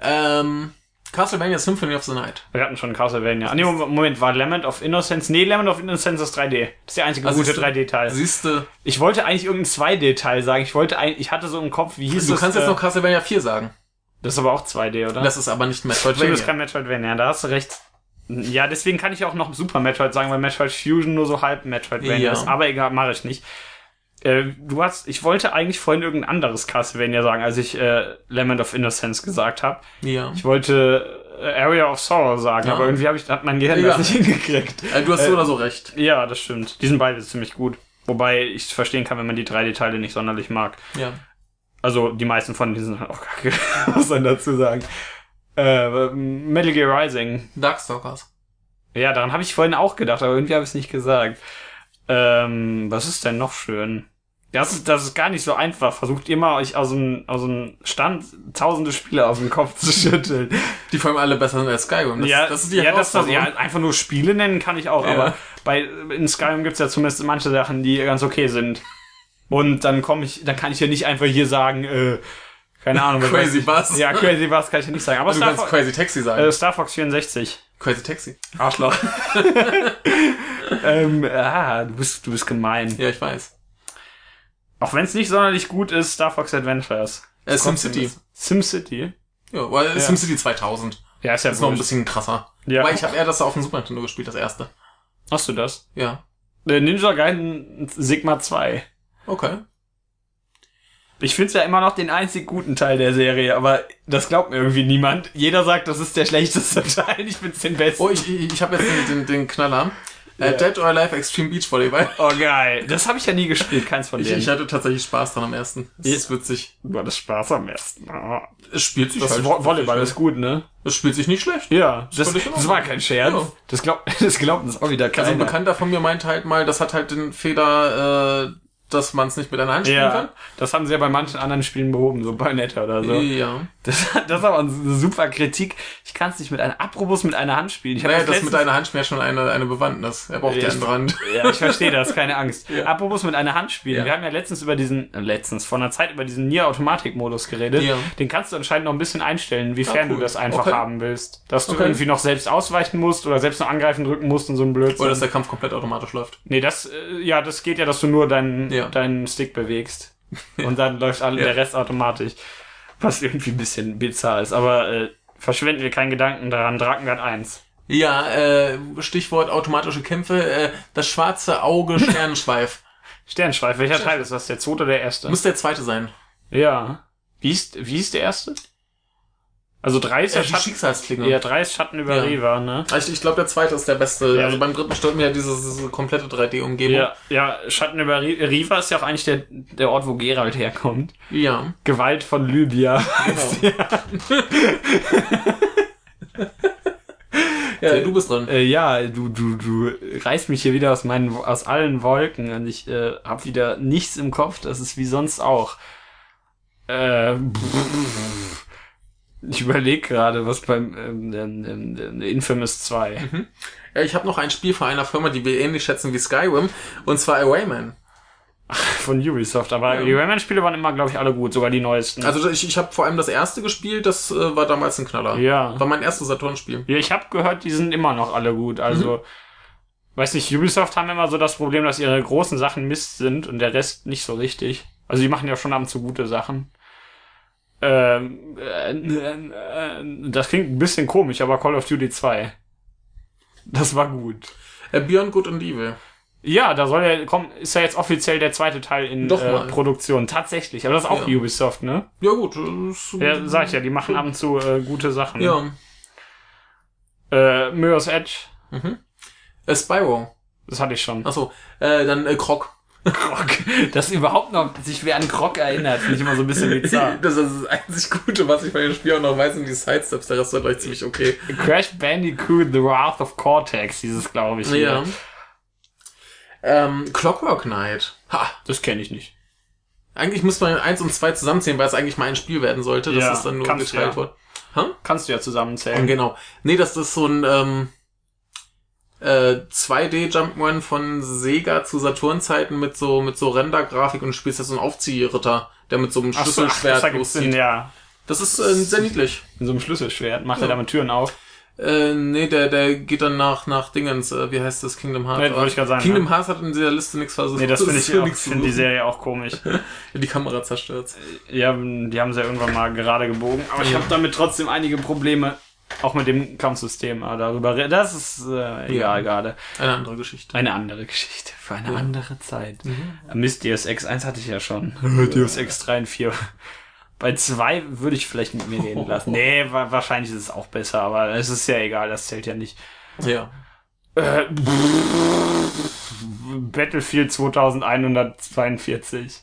Speaker 2: Ähm, Castlevania Symphony of the Night.
Speaker 1: Wir hatten schon Castlevania. Ah, nee, Moment, war Lament of Innocence? Nee, Lament of Innocence ist 3D. Das ist der einzige
Speaker 2: Also
Speaker 1: gute
Speaker 2: ist-
Speaker 1: 3D-Teil.
Speaker 2: Siehste,
Speaker 1: Ich wollte eigentlich irgendein 2D-Teil sagen. Ich wollte ein, ich hatte so im Kopf, wie hieß
Speaker 2: du
Speaker 1: das?
Speaker 2: kannst jetzt
Speaker 1: äh,
Speaker 2: noch Castlevania 4 sagen.
Speaker 1: das ist aber auch 2D, oder?
Speaker 2: Das ist aber nicht
Speaker 1: Stimmt, das
Speaker 2: Metroidvania.
Speaker 1: kann Metroidvania, da hast du recht. Ja, deswegen kann ich auch noch Super Metroid sagen, weil Metroid Fusion nur so halb Metroidvania
Speaker 2: Ja.
Speaker 1: ist. Aber egal, mache ich nicht. Äh, du hast, ich wollte eigentlich vorhin irgendein anderes Castlevania sagen, als ich äh, Lament of Innocence gesagt habe.
Speaker 2: Ja.
Speaker 1: Ich wollte äh, Area of Sorrow sagen,
Speaker 2: Ja.
Speaker 1: aber irgendwie hab ich, hat mein Gehirn das
Speaker 2: Ja.
Speaker 1: nicht hingekriegt.
Speaker 2: Äh, du hast so oder so recht.
Speaker 1: Ja, das stimmt. Die sind beide ziemlich gut. Wobei ich verstehen kann, wenn man die 3D-Teile nicht sonderlich mag.
Speaker 2: Ja.
Speaker 1: Also die meisten von denen sind halt auch kacke, muss man dazu sagen. Äh, Metal Gear Rising.
Speaker 2: Darkstalkers.
Speaker 1: Ja, daran habe ich vorhin auch gedacht, aber irgendwie habe ich es nicht gesagt. Ähm, was ist denn noch schön? Das ist, das ist gar nicht so einfach. Versucht immer, euch aus dem, aus dem Stand tausende Spiele aus dem Kopf zu schütteln.
Speaker 2: Die vor allem alle besser sind als Skyrim. Das,
Speaker 1: ja,
Speaker 2: das ist die
Speaker 1: ja, das, das, ja,
Speaker 2: Herausforderung.
Speaker 1: einfach nur Spiele nennen kann ich auch,
Speaker 2: Ja.
Speaker 1: aber bei, in Skyrim gibt's ja zumindest manche Sachen, die ganz okay sind. Und dann komme ich, dann kann ich ja nicht einfach hier sagen, äh, Keine Ahnung. was
Speaker 2: Crazy
Speaker 1: weiß ich.
Speaker 2: Bus.
Speaker 1: Ja, Crazy Bus kann ich dir nicht sagen. Aber
Speaker 2: Du
Speaker 1: Star,
Speaker 2: kannst
Speaker 1: Fo
Speaker 2: Crazy Taxi sagen.
Speaker 1: äh, Star Fox 64.
Speaker 2: Crazy Taxi.
Speaker 1: Arschloch. ähm, ah, du bist, du bist gemein.
Speaker 2: Ja, ich weiß. Äh,
Speaker 1: Auch wenn es nicht sonderlich gut ist, Star Fox Adventures.
Speaker 2: Äh, SimCity.
Speaker 1: SimCity?
Speaker 2: Ja, weil SimCity 2000.
Speaker 1: Ja, ist ja
Speaker 2: Ist noch ein
Speaker 1: wurscht.
Speaker 2: bisschen krasser.
Speaker 1: Ja.
Speaker 2: Weil ich habe eher das auf dem Super Nintendo gespielt, das erste.
Speaker 1: Hast du das?
Speaker 2: Ja.
Speaker 1: Äh, Ninja Gaiden Sigma 2.
Speaker 2: Okay.
Speaker 1: Ich finde ja immer noch den einzig guten Teil der Serie, aber das glaubt mir irgendwie niemand. Jeder sagt, das ist der schlechteste Teil, ich find's den besten.
Speaker 2: Oh, ich, ich, ich habe jetzt den, den, den Knaller.
Speaker 1: Ja.
Speaker 2: Äh, Dead or Alive Extreme Beach Volleyball.
Speaker 1: Oh, geil. Das habe ich ja nie gespielt, keins von
Speaker 2: Ich,
Speaker 1: denen.
Speaker 2: ich hatte tatsächlich Spaß dran am ersten. Das
Speaker 1: Ja.
Speaker 2: ist witzig.
Speaker 1: Du hattest Spaß am ersten. Oh.
Speaker 2: Es spielt sich
Speaker 1: Das
Speaker 2: halt
Speaker 1: Vo- Volleyball
Speaker 2: wirklich
Speaker 1: ist gut, ne?
Speaker 2: gut. Es spielt sich nicht schlecht.
Speaker 1: Ja, das,
Speaker 2: völlig in
Speaker 1: das war kein Scherz.
Speaker 2: Ja.
Speaker 1: Das, glaub, das glaubt uns auch wieder
Speaker 2: Also ein
Speaker 1: keiner.
Speaker 2: Bekannter von mir meinte halt mal, das hat halt den Fehler, äh, dass man es nicht mit einer Hand spielen
Speaker 1: ja, das haben sie ja bei manchen anderen Spielen behoben, so bei Netter oder so.
Speaker 2: kann. Ja.
Speaker 1: Das, das ist aber eine super Kritik. Ich kann es nicht mit einer, apropos mit einer Hand spielen. Ich hab
Speaker 2: Naja,
Speaker 1: das
Speaker 2: das mit
Speaker 1: letztens-
Speaker 2: einer Hand spielt ja schon eine, eine Bewandtnis. Er braucht
Speaker 1: Ja.
Speaker 2: die andere Hand.
Speaker 1: Ja, ich verstehe das, keine Angst. Apropos mit einer Hand spielen.
Speaker 2: Ja.
Speaker 1: Wir haben ja letztens über diesen, äh, letztens, vor einer Zeit über diesen Nier-Automatik-Modus geredet.
Speaker 2: Ja.
Speaker 1: Den kannst du anscheinend noch ein bisschen einstellen,
Speaker 2: Ah,
Speaker 1: wiefern
Speaker 2: cool.
Speaker 1: du das einfach
Speaker 2: Okay.
Speaker 1: haben willst. Dass du
Speaker 2: Okay.
Speaker 1: irgendwie noch selbst ausweichen musst oder selbst noch angreifen drücken musst und so ein Blödsinn.
Speaker 2: Oder dass der Kampf komplett automatisch läuft.
Speaker 1: nee, das, äh, ja, das geht ja, dass du nur deinen,
Speaker 2: Ja.
Speaker 1: deinen Stick bewegst. Und dann läuft all, der Rest automatisch. Was irgendwie ein bisschen bizarr ist. Aber äh, verschwenden wir keinen Gedanken daran. Drakengard 1.
Speaker 2: Ja, äh, Stichwort automatische Kämpfe. Äh, das schwarze Auge Sternenschweif.
Speaker 1: Sternschweif, welcher Teil ist das? Der zweite oder der erste?
Speaker 2: Müsste der zweite sein.
Speaker 1: Ja. Wie ist, wie ist der erste? Also drei ist
Speaker 2: Äh,
Speaker 1: ja
Speaker 2: die
Speaker 1: Schatten.
Speaker 2: Schicksalsklinge.
Speaker 1: Ja, drei ist Schatten über
Speaker 2: Ja.
Speaker 1: Reva, ne?
Speaker 2: Also ich, ich glaube, der zweite ist der beste.
Speaker 1: Ja.
Speaker 2: Also beim dritten stört mir ja diese, diese komplette 3D-Umgebung.
Speaker 1: Ja, ja, Schatten über Ri- Riva ist ja auch eigentlich der, der Ort, wo Geralt herkommt.
Speaker 2: ja.
Speaker 1: Gewalt von Lydia.
Speaker 2: Genau. ja, du bist dran.
Speaker 1: äh, ja, du, du, du reißt mich hier wieder aus meinen, aus allen Wolken und ich äh, hab wieder nichts im Kopf, das ist wie sonst auch. Äh, pff. ich überlege gerade, was beim ähm, ähm, ähm, ähm, Infamous 2.
Speaker 2: Ja, ich habe noch ein Spiel von einer Firma, die wir ähnlich schätzen wie Skyrim, und zwar Awayman.
Speaker 1: von Ubisoft, aber die Rayman-Spiele waren immer, glaube ich, alle gut, sogar die neuesten.
Speaker 2: Also ich, ich habe vor allem das erste gespielt, das äh, war damals ein Knaller.
Speaker 1: Ja.
Speaker 2: War mein erstes Saturn-Spiel.
Speaker 1: ja, ich habe gehört, die sind immer noch alle gut. Also,
Speaker 2: Mhm.
Speaker 1: weiß nicht, Ubisoft haben immer so das Problem, dass ihre großen Sachen Mist sind und der Rest nicht so richtig. Also, die machen ja schon ab und zu gute Sachen. Ähm, äh, äh, äh, das klingt ein bisschen komisch, aber Call of Duty 2. Das war gut.
Speaker 2: Äh, Beyond Good and Evil.
Speaker 1: Ja, da soll ja kommen, ist ja jetzt offiziell der zweite Teil in
Speaker 2: Doch
Speaker 1: äh,
Speaker 2: mal.
Speaker 1: Produktion. Tatsächlich. Aber das ist auch
Speaker 2: Ja.
Speaker 1: Ubisoft, ne?
Speaker 2: Ja gut. äh, Ist,
Speaker 1: Ja, sag ich ja, die machen ab und zu äh, gute Sachen.
Speaker 2: ja.
Speaker 1: Äh, Mirror's Edge,
Speaker 2: Äh, Spyro.
Speaker 1: das hatte ich schon.
Speaker 2: Achso. Äh, dann äh, Krog.
Speaker 1: Krog. Dass überhaupt noch sich wer an Krog erinnert, finde ich immer so ein bisschen bizarr.
Speaker 2: Das ist das einzig Gute, was ich bei dem Spiel auch noch weiß, sind die Sidesteps. Der Rest war gleich ziemlich okay.
Speaker 1: Crash Bandicoot The Wrath of Cortex, dieses glaube ich. hier.
Speaker 2: Ja. Ähm, Clockwork Knight. Ha!
Speaker 1: Das kenne ich nicht.
Speaker 2: Eigentlich müsste man eins und zwei zusammenziehen, weil es eigentlich mal ein Spiel werden sollte. Das
Speaker 1: Ja,
Speaker 2: ist dann nur
Speaker 1: kannst
Speaker 2: geteilt
Speaker 1: ja.
Speaker 2: worden.
Speaker 1: Kannst du ja zusammenzählen.
Speaker 2: Genau. Nee, das ist so ein ähm, äh, 2D-Jump'n'Run von Sega zu Saturn-Zeiten mit so, mit so Render-Grafik und du spielst jetzt so einen Aufziehritter, der mit so einem
Speaker 1: Ach so, ach, das
Speaker 2: Schlüsselschwert
Speaker 1: ergibt Sinn,
Speaker 2: loszieht.
Speaker 1: ja.
Speaker 2: Das ist äh, sehr niedlich.
Speaker 1: In so einem Schlüsselschwert macht er
Speaker 2: Ja.
Speaker 1: damit Türen auf.
Speaker 2: Äh, nee, der, der geht dann nach, nach Dingens, äh, wie heißt das, Kingdom Hearts?
Speaker 1: Nee, wollte ich grad sagen, ne?
Speaker 2: Kingdom Hearts hat in dieser Liste nichts versucht.
Speaker 1: Nee, das finde ich
Speaker 2: ist
Speaker 1: auch,
Speaker 2: nichts
Speaker 1: finde die
Speaker 2: versucht.
Speaker 1: Serie auch komisch.
Speaker 2: Die Kamera zerstört.
Speaker 1: Ja, die haben sie ja irgendwann mal gerade gebogen. Aber ich habe damit trotzdem einige Probleme. Auch mit dem Kampfsystem, aber darüber, re- das ist äh, egal
Speaker 2: Ja.
Speaker 1: gerade.
Speaker 2: Eine andere Geschichte.
Speaker 1: Eine andere Geschichte, für eine andere Zeit. Mist, Deus Ex 1 hatte ich ja schon. Mhm. Äh, Deus Ex 3 und 4. Bei 2 würde ich vielleicht mit mir reden lassen. Nee, wa wahrscheinlich ist es auch besser, aber es ist ja egal, das zählt ja nicht.
Speaker 2: Ja.
Speaker 1: Äh, Battlefield 2142.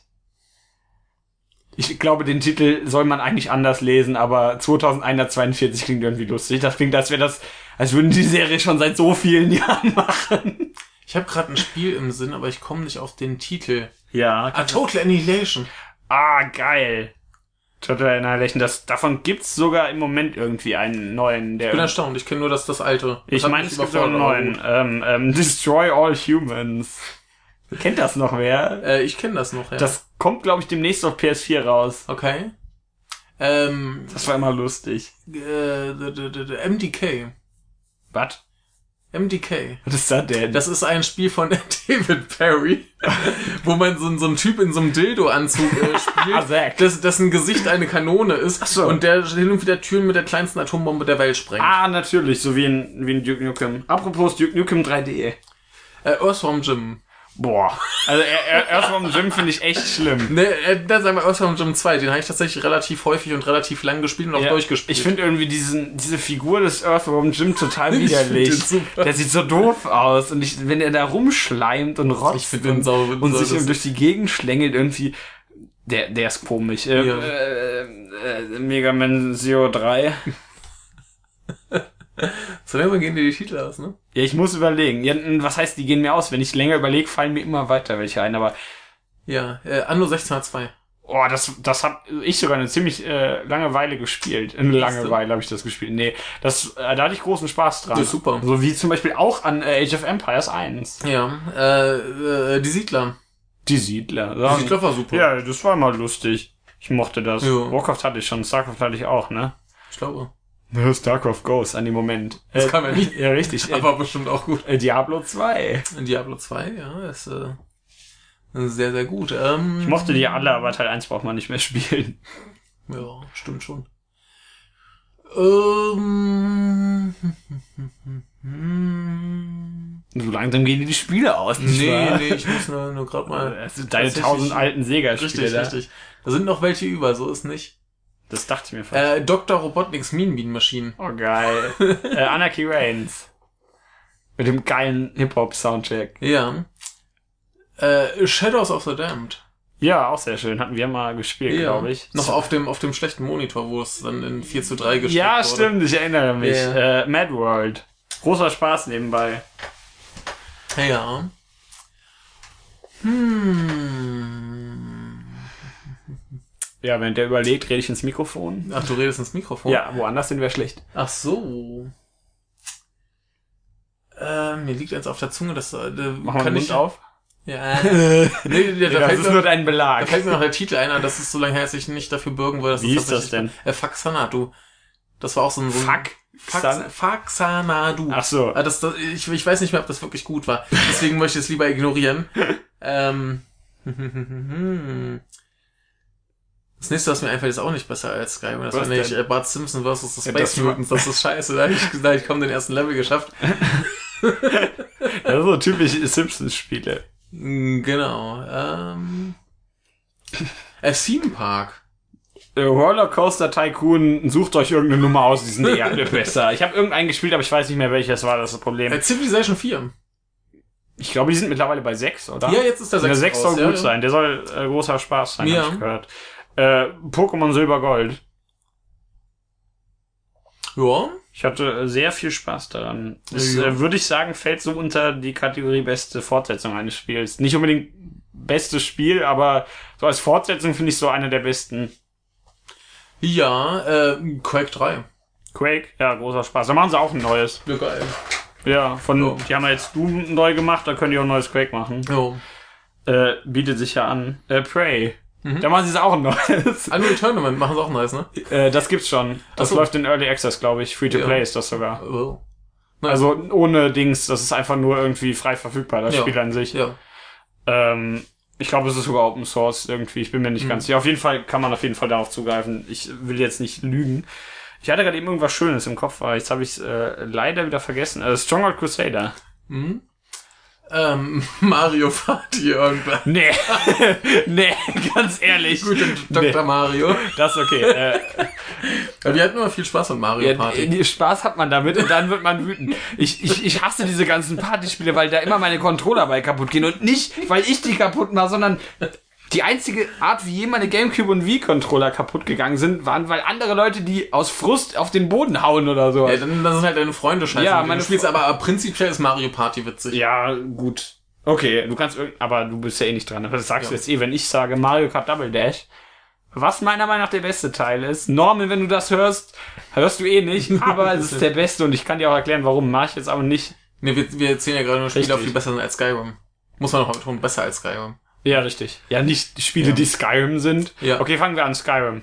Speaker 1: Ich glaube, den Titel soll man eigentlich anders lesen, aber 2142 klingt irgendwie lustig. Das klingt, als wäre das, als würden die Serie schon seit so vielen Jahren machen.
Speaker 2: Ich habe gerade ein Spiel im Sinn, aber ich komme nicht auf den Titel.
Speaker 1: Ja,
Speaker 2: Ah, Total Annihilation.
Speaker 1: Ah, geil. Total Annihilation. Das, davon gibt's sogar im Moment irgendwie einen neuen. Der,
Speaker 2: Ich bin erstaunt, ich kenne nur das, das alte. Das
Speaker 1: Ähm, ich
Speaker 2: hat
Speaker 1: meine,
Speaker 2: mich
Speaker 1: es gibt auch einen
Speaker 2: überfordert, aber
Speaker 1: neuen.
Speaker 2: gut.
Speaker 1: Ähm, ähm, Destroy All Humans. Kennt das noch wer?
Speaker 2: Äh, ich kenne das noch, ja.
Speaker 1: Das kommt, glaube ich, demnächst auf PS4 raus.
Speaker 2: okay. Ähm,
Speaker 1: Das war immer lustig.
Speaker 2: äh, d- d- d- d- MDK.
Speaker 1: Was?
Speaker 2: MDK.
Speaker 1: Was ist das denn?
Speaker 2: Das ist ein Spiel von David Perry, wo man so, einen- so einen Typ in so einem Dildo-Anzug äh,
Speaker 1: Ah,
Speaker 2: spielt,
Speaker 1: Zack.
Speaker 2: dass, dessen Gesicht eine Kanone ist
Speaker 1: so.
Speaker 2: und der hin und wieder Türen mit der kleinsten Atombombe der Welt sprengt.
Speaker 1: ah, natürlich, so wie in, wie in Duke Nukem. Apropos Duke Nukem 3D.
Speaker 2: Äh, Earthworm Jim.
Speaker 1: Boah. Also er- er- Earthworm Jim finde ich echt schlimm.
Speaker 2: Ne, äh, das ist einmal Earthworm Jim 2. Den habe ich tatsächlich relativ häufig und relativ lang gespielt und auch
Speaker 1: Ja,
Speaker 2: durchgespielt.
Speaker 1: Ich finde irgendwie diesen, diese Figur des Earthworm Jim total
Speaker 2: Ich find
Speaker 1: widerlich.
Speaker 2: den super.
Speaker 1: Der sieht so doof aus. Und ich, wenn er da rumschleimt und rotzt
Speaker 2: Ich find den
Speaker 1: und,
Speaker 2: sau-
Speaker 1: und
Speaker 2: sau-
Speaker 1: sich
Speaker 2: das-
Speaker 1: durch die Gegend schlängelt, irgendwie. Der, der ist komisch. Äh,
Speaker 2: Ja.
Speaker 1: äh, äh, Mega Man Zero 3.
Speaker 2: So langsam gehen dir die Titel aus, ne?
Speaker 1: Ja, ich muss überlegen. Ja, n- was heißt, die gehen mir aus? Wenn ich länger überlege, fallen mir immer weiter welche ein. Aber
Speaker 2: Ja, äh, Anno 1602.
Speaker 1: Oh, das, das hab ich sogar eine ziemlich äh, Langeweile gespielt. Eine Langeweile habe ich das gespielt. Nee, das, äh, da hatte ich großen Spaß dran.
Speaker 2: Das ist super.
Speaker 1: So wie zum Beispiel auch an äh, Age of Empires 1.
Speaker 2: Ja, äh, äh, die Siedler.
Speaker 1: Die Siedler.
Speaker 2: Die
Speaker 1: sagen-
Speaker 2: Siedler war super.
Speaker 1: ja, das war mal lustig. Ich mochte das.
Speaker 2: Ja.
Speaker 1: Warcraft hatte ich schon, Starcraft hatte ich auch, ne?
Speaker 2: Ich glaube.
Speaker 1: Ne, Starcraft Ghost an dem Moment. Äh,
Speaker 2: Das kam ja nicht.
Speaker 1: Ja, richtig.
Speaker 2: Aber bestimmt auch gut.
Speaker 1: äh, Diablo 2.
Speaker 2: Diablo 2, ja, ist äh, sehr, sehr gut.
Speaker 1: Ich
Speaker 2: Ähm,
Speaker 1: mochte die alle, aber Teil 1 braucht man nicht mehr spielen.
Speaker 2: ja, stimmt schon. Ähm,
Speaker 1: So langsam gehen dir die Spiele aus, nicht
Speaker 2: nee,
Speaker 1: wahr? Äh,
Speaker 2: nee, ich muss nur, nur gerade mal.
Speaker 1: Das sind Deine
Speaker 2: Tatsächlich-
Speaker 1: tausend alten Sega-Spiele
Speaker 2: Richtig,
Speaker 1: da.
Speaker 2: richtig. Da sind noch welche über, so ist nicht.
Speaker 1: Das dachte ich mir fast.
Speaker 2: Äh, Dr. Robotniks Minenbienenmaschinen.
Speaker 1: Oh, geil. äh, Anarchy Reigns. Mit dem geilen Hip-Hop-Soundtrack.
Speaker 2: Ja. Äh, Shadows of the Damned.
Speaker 1: Ja, auch sehr schön. Hatten wir mal gespielt, glaube ich.
Speaker 2: Noch auf dem, auf dem schlechten Monitor, wo es dann in 4 zu 3 gespielt
Speaker 1: ja,
Speaker 2: wurde.
Speaker 1: stimmt. Ich erinnere mich.
Speaker 2: Ja.
Speaker 1: Äh, Mad World. Großer Spaß nebenbei.
Speaker 2: Ja. Hm.
Speaker 1: Ja, während der überlegt, rede ich ins Mikrofon.
Speaker 2: Ach, du redest ins Mikrofon?
Speaker 1: Ja, woanders sind wir schlecht.
Speaker 2: Ach so. Äh, mir liegt eins auf der Zunge, das äh, da
Speaker 1: Mach mal den
Speaker 2: kann
Speaker 1: Mund
Speaker 2: ich
Speaker 1: auf.
Speaker 2: Ja.
Speaker 1: nee,
Speaker 2: Nee, da, da,
Speaker 1: das
Speaker 2: fällt
Speaker 1: ist
Speaker 2: mir,
Speaker 1: nur dein
Speaker 2: da
Speaker 1: Belag.
Speaker 2: fällt mir noch der Titel ein, aber das ist so lange her, dass ich nicht dafür bürgen würde. dass
Speaker 1: Wie
Speaker 2: es
Speaker 1: ist das
Speaker 2: tatsächlich- Äh, Faxanadu. Das war auch so ein... So ein
Speaker 1: Fuck.
Speaker 2: Fax, Faxanadu.
Speaker 1: Ach so.
Speaker 2: Ah, das, das, ich, ich weiß nicht mehr, ob das wirklich gut war. Deswegen möchte ich es lieber ignorieren. Ähm. Das nächste, was mir einfällt, ist auch nicht besser als Skyrim. Das
Speaker 1: Was
Speaker 2: war nämlich
Speaker 1: denn?
Speaker 2: äh, Bart Simpson vs.
Speaker 1: Ja,
Speaker 2: The Space
Speaker 1: das war-
Speaker 2: Mutants. Das ist scheiße. Da habe ich gesagt, ich komme den ersten Level geschafft.
Speaker 1: Das ist so typisch Simpsons-Spiele.
Speaker 2: Mm, Genau. Ähm. Äh, Theme Park.
Speaker 1: Äh, Rollercoaster Tycoon, sucht euch irgendeine Nummer aus, die sind eh alle besser. Ich habe irgendeinen gespielt, aber ich weiß nicht mehr, welches war das Problem.
Speaker 2: Äh, Civilization 4.
Speaker 1: Ich glaube, die sind mittlerweile bei 6, oder?
Speaker 2: Ja, jetzt ist der
Speaker 1: der
Speaker 2: 6.
Speaker 1: 6 soll gut sein. Der soll äh, großer Spaß sein,
Speaker 2: Ja.
Speaker 1: hab ich gehört. Äh, Pokémon Silber Gold.
Speaker 2: Ja.
Speaker 1: Ich hatte äh, sehr viel Spaß daran. Das,
Speaker 2: Ja.
Speaker 1: äh, würde ich sagen, fällt so unter die Kategorie beste Fortsetzung eines Spiels. Nicht unbedingt bestes Spiel, aber so als Fortsetzung finde ich so eine der besten.
Speaker 2: Ja, äh, Quake 3.
Speaker 1: Quake, ja, großer Spaß. Da machen sie auch ein neues.
Speaker 2: Ja, geil.
Speaker 1: Ja, von,
Speaker 2: Ja.
Speaker 1: die haben ja jetzt Doom neu gemacht, da können die auch ein neues Quake machen.
Speaker 2: Ja.
Speaker 1: Äh, bietet sich ja an. Äh, Prey.
Speaker 2: Mhm.
Speaker 1: Da machen sie es auch ein neues.
Speaker 2: Annual Tournament machen sie auch nice, ne?
Speaker 1: Äh, das gibt's schon. Das
Speaker 2: Ach so.
Speaker 1: läuft in Early Access, glaube ich. Free to play
Speaker 2: Ja.
Speaker 1: ist das sogar.
Speaker 2: Oh.
Speaker 1: Also ohne Dings, das ist einfach nur irgendwie frei verfügbar, das
Speaker 2: Ja.
Speaker 1: Spiel an sich.
Speaker 2: Ja.
Speaker 1: Ähm, ich glaube, es ist sogar Open Source irgendwie. Ich bin mir nicht ganz sicher. Auf jeden Fall kann man auf jeden Fall darauf zugreifen. Ich will jetzt nicht lügen. Ich hatte gerade eben irgendwas Schönes im Kopf, aber jetzt habe ich es äh, leider wieder vergessen. Äh, Stronghold Crusader.
Speaker 2: Mhm. Ähm, Mario Party irgendwann.
Speaker 1: Nee, nee, ganz ehrlich.
Speaker 2: Gut, dann Dr. Mario.
Speaker 1: Das ist okay. Äh,
Speaker 2: Ja, wir hatten immer viel Spaß mit Mario
Speaker 1: Ja, eh.
Speaker 2: Party.
Speaker 1: nee, äh, Spaß hat man damit und dann wird man wütend. Ich, ich, ich hasse diese ganzen Partyspiele, weil da immer meine Controller bei kaputt gehen. Und nicht, weil ich die kaputt mache, sondern die einzige Art, wie je meine Gamecube und Wii-Controller kaputt gegangen sind, waren, weil andere Leute die aus Frust auf den Boden hauen oder so.
Speaker 2: Ja, dann, dann sind halt deine Freunde scheiße.
Speaker 1: Ja,
Speaker 2: mit denen du
Speaker 1: meine
Speaker 2: spielst,
Speaker 1: Fre-
Speaker 2: aber prinzipiell ist Mario Party witzig.
Speaker 1: Ja, gut. Okay, du kannst irgend- aber du bist ja eh nicht dran. Aber das sagst du
Speaker 2: Ja.
Speaker 1: jetzt eh, wenn ich sage Mario Kart Double Dash, was meiner Meinung nach der beste Teil ist. Norman, wenn du das hörst, hörst du eh nicht, aber es ist der beste und ich kann dir auch erklären, warum mache ich jetzt aber nicht.
Speaker 2: Ne, wir, wir erzählen ja gerade nur Spiele,
Speaker 1: Richtig.
Speaker 2: auf die besser sind als Skyrim. Muss man noch mal betonen, besser als Skyrim.
Speaker 1: Ja, richtig. Ja, nicht Spiele, die Skyrim sind.
Speaker 2: Ja.
Speaker 1: Okay, fangen wir an, Skyrim.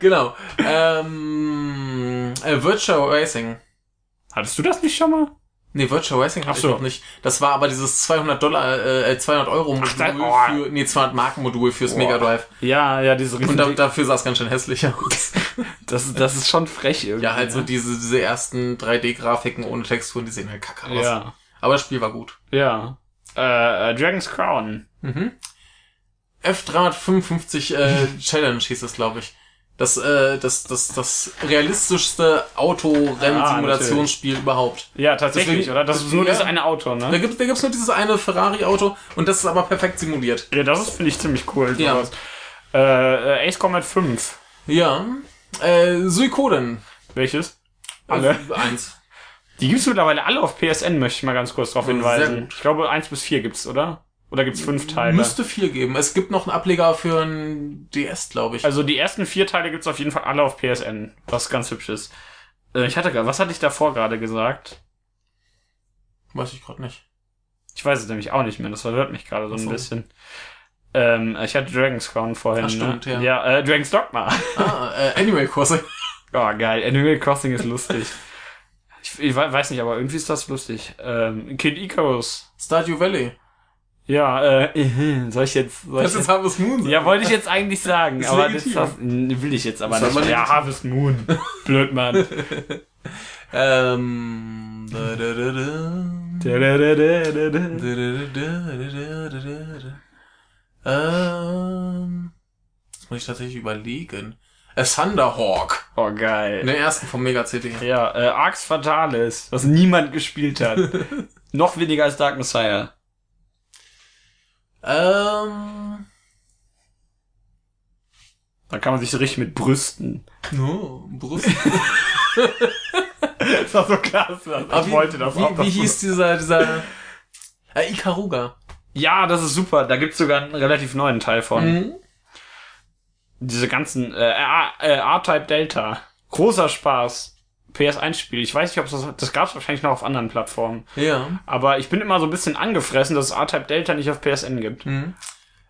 Speaker 2: Genau. Ähm, äh, Virtual Racing.
Speaker 1: Hattest du das nicht schon mal?
Speaker 2: Nee, Virtual Racing hatte
Speaker 1: Ach so.
Speaker 2: ich noch nicht. Das war aber dieses 200 Dollar, äh, 200 Euro Modul
Speaker 1: da- oh.
Speaker 2: für, nee, 200 Marken Modul fürs
Speaker 1: Boah.
Speaker 2: Mega Drive.
Speaker 1: Ja, ja, diese riesen
Speaker 2: Und da, dafür sah es ganz schön hässlich aus.
Speaker 1: das, das ist schon frech irgendwie. ne?
Speaker 2: Ja, halt so diese, diese ersten 3D-Grafiken ohne Texturen, die sehen halt kacke aus.
Speaker 1: Ja,
Speaker 2: Aber das Spiel war gut.
Speaker 1: ja. Äh, äh, Dragon's Crown.
Speaker 2: Mhm. F355 äh, Challenge hieß es, glaube ich. Das, äh, das, das, das realistischste
Speaker 1: Ah,
Speaker 2: Autorennen-Simulationsspiel überhaupt.
Speaker 1: Ja, tatsächlich,
Speaker 2: Deswegen-
Speaker 1: oder? Das ist nur
Speaker 2: Ja.
Speaker 1: das eine Auto,
Speaker 2: Da
Speaker 1: ne?
Speaker 2: gibt's da gibt's nur dieses eine Ferrari-Auto und das ist aber perfekt simuliert.
Speaker 1: Ja, das ist, finde ich, ziemlich cool.
Speaker 2: Ja.
Speaker 1: sowas. Äh, äh, Ace Combat 5.
Speaker 2: Ja. Äh, Suikoden.
Speaker 1: Welches? Alle.
Speaker 2: Äh, Eins.
Speaker 1: Die gibt's mittlerweile alle auf PSN, möchte ich mal ganz kurz darauf
Speaker 2: Oh, Sehr
Speaker 1: hinweisen.
Speaker 2: gut.
Speaker 1: Ich glaube, 1 bis 4 gibt's, oder? Oder gibt's fünf Teile?
Speaker 2: Müsste vier geben. Es gibt noch einen Ableger für ein DS, glaube ich.
Speaker 1: Also die ersten vier Teile gibt's auf jeden Fall alle auf PSN, was ganz hübsch ist. Äh, ich hatte gerade, was hatte ich davor gerade gesagt?
Speaker 2: Weiß ich gerade nicht.
Speaker 1: Ich weiß es nämlich auch nicht mehr, das verwirrt mich gerade so ein
Speaker 2: Ach so.
Speaker 1: bisschen. Ähm, ich hatte Dragon's Crown vorhin.
Speaker 2: Ach, stimmt,
Speaker 1: ne?
Speaker 2: ja.
Speaker 1: Ja, äh, Dragon's Dogma.
Speaker 2: Ah, äh, Anime-Kurse.
Speaker 1: Oh, geil. Animal Crossing ist lustig. Ich, ich we- weiß nicht, aber irgendwie ist das lustig. Ähm, Kid Icarus.
Speaker 2: Stardew Valley.
Speaker 1: Ja, äh, soll ich jetzt... Soll ich
Speaker 2: Das ist
Speaker 1: jetzt
Speaker 2: Harvest Moon.
Speaker 1: ja, wollte ich jetzt eigentlich sagen,
Speaker 2: Ist
Speaker 1: aber das,
Speaker 2: legitim.
Speaker 1: das hm, will ich jetzt aber
Speaker 2: Ist aber
Speaker 1: nicht. Ja,
Speaker 2: legitim.
Speaker 1: Harvest Moon. Blöd, Mann.
Speaker 2: Ähm. da, da, da, da. Da,
Speaker 1: Dä-dä-dä-dä-dä-dä.
Speaker 2: da, da, da, da, da, da, da. Ähm. Jetzt muss ich tatsächlich überlegen. Äh, Thunderhawk.
Speaker 1: Oh, geil.
Speaker 2: Den ersten vom Mega CD.
Speaker 1: Ja, äh, Arx Fatalis, was niemand gespielt hat. Noch weniger als Dark Messiah.
Speaker 2: Ähm.
Speaker 1: Da kann man sich so richtig mit brüsten.
Speaker 2: No, Brust.
Speaker 1: Das war so klasse. Ich wollte das
Speaker 2: Ah, wie,
Speaker 1: auch.
Speaker 2: Wie hieß dieser, dieser. Äh, Ikaruga.
Speaker 1: Ja, das ist super. Da gibt's sogar einen relativ neuen Teil von.
Speaker 2: Mhm. Hm?
Speaker 1: Diese ganzen äh, A- äh, R-Type Delta. Großer Spaß. PS1-Spiel. Ich weiß nicht, ob das... Das gab's wahrscheinlich noch auf anderen Plattformen.
Speaker 2: Ja.
Speaker 1: Aber ich bin immer so ein bisschen angefressen, dass es R-Type Delta nicht auf PSN gibt.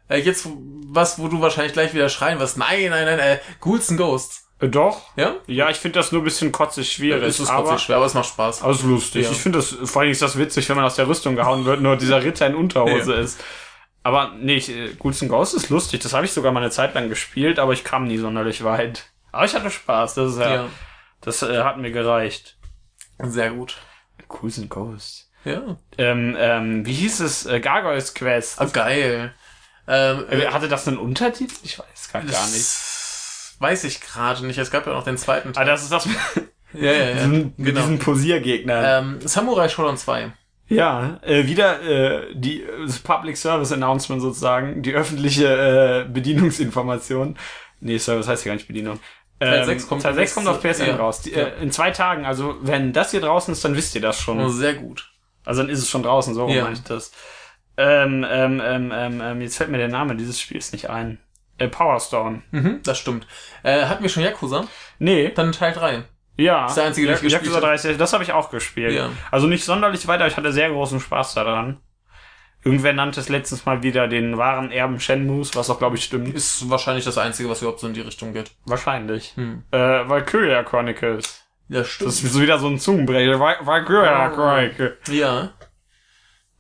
Speaker 2: Äh, jetzt was, wo du wahrscheinlich gleich wieder schreien wirst. Nein, nein, nein, äh, Ghouls and Ghosts.
Speaker 1: Äh, doch.
Speaker 2: Ja?
Speaker 1: Ja, ich finde das nur ein bisschen kotzig schwierig.
Speaker 2: Das ist
Speaker 1: aber-
Speaker 2: trotzdem schwer, aber es macht Spaß.
Speaker 1: Aber es ist lustig.
Speaker 2: Ja.
Speaker 1: Ich finde das, vor allen Dingen ist das witzig, wenn man aus der Rüstung gehauen wird, nur dieser Ritter in Unterhose ist. Aber nee, ich, äh, Ghouls and Ghosts ist lustig. Das habe ich sogar mal eine Zeit lang gespielt, aber ich kam nie sonderlich weit. Aber ich hatte Spaß. Das ist ja,
Speaker 2: Ja.
Speaker 1: das äh, hat mir gereicht.
Speaker 2: Sehr gut.
Speaker 1: Ghouls and Ghosts.
Speaker 2: Ja.
Speaker 1: Ähm, ähm, wie hieß es? Äh, Gargoyles Quest.
Speaker 2: Ah, geil. Ähm,
Speaker 1: Äh, Hatte das einen Untertitel? Ich weiß gar, gar nicht.
Speaker 2: Das weiß ich gerade nicht. Es gab ja noch den zweiten
Speaker 1: Ah, das ist das mit
Speaker 2: Ja, ja, ja.
Speaker 1: diesem- mit
Speaker 2: Genau.
Speaker 1: diesem Posiergegner.
Speaker 2: Ähm, Samurai Shodown 2.
Speaker 1: Ja, äh, wieder äh, die äh, das Public Service Announcement sozusagen, die öffentliche äh, Bedienungsinformation. Nee, Service heißt ja gar nicht Bedienung. Ähm, Teil 6
Speaker 2: 6
Speaker 1: kommt,
Speaker 2: kommt-
Speaker 1: auf PSN
Speaker 2: ja,
Speaker 1: raus. Die,
Speaker 2: ja.
Speaker 1: äh, in zwei Tagen, also wenn das hier draußen ist, dann wisst ihr das schon.
Speaker 2: Oh, sehr gut.
Speaker 1: Also dann ist es schon draußen, so
Speaker 2: Ja.
Speaker 1: meine ich das. Ähm, ähm, ähm, ähm, ähm, jetzt fällt mir der Name dieses Spiels nicht ein. Äh, Power Stone.
Speaker 2: Mhm, das stimmt. Äh, hat mir schon Yakuza.
Speaker 1: Nee,
Speaker 2: Dann Teil 3.
Speaker 1: ja.
Speaker 2: ist der einzige, den ich
Speaker 1: Yakuza
Speaker 2: gespielt hab.
Speaker 1: 30, das habe ich auch gespielt.
Speaker 2: Ja.
Speaker 1: Also nicht sonderlich weit, aber ich hatte sehr großen Spaß daran. Irgendwer nannte es letztens mal wieder den wahren Erben Shenmues, was auch, glaube ich, stimmt.
Speaker 2: Ist wahrscheinlich das einzige, was überhaupt so in die Richtung geht.
Speaker 1: Wahrscheinlich.
Speaker 2: Hm.
Speaker 1: Äh, Valkyria Chronicles.
Speaker 2: Ja, stimmt.
Speaker 1: Das ist so wieder so ein Zungenbrecher. Val Valkyria
Speaker 2: Oh.
Speaker 1: Chronicles.
Speaker 2: ja.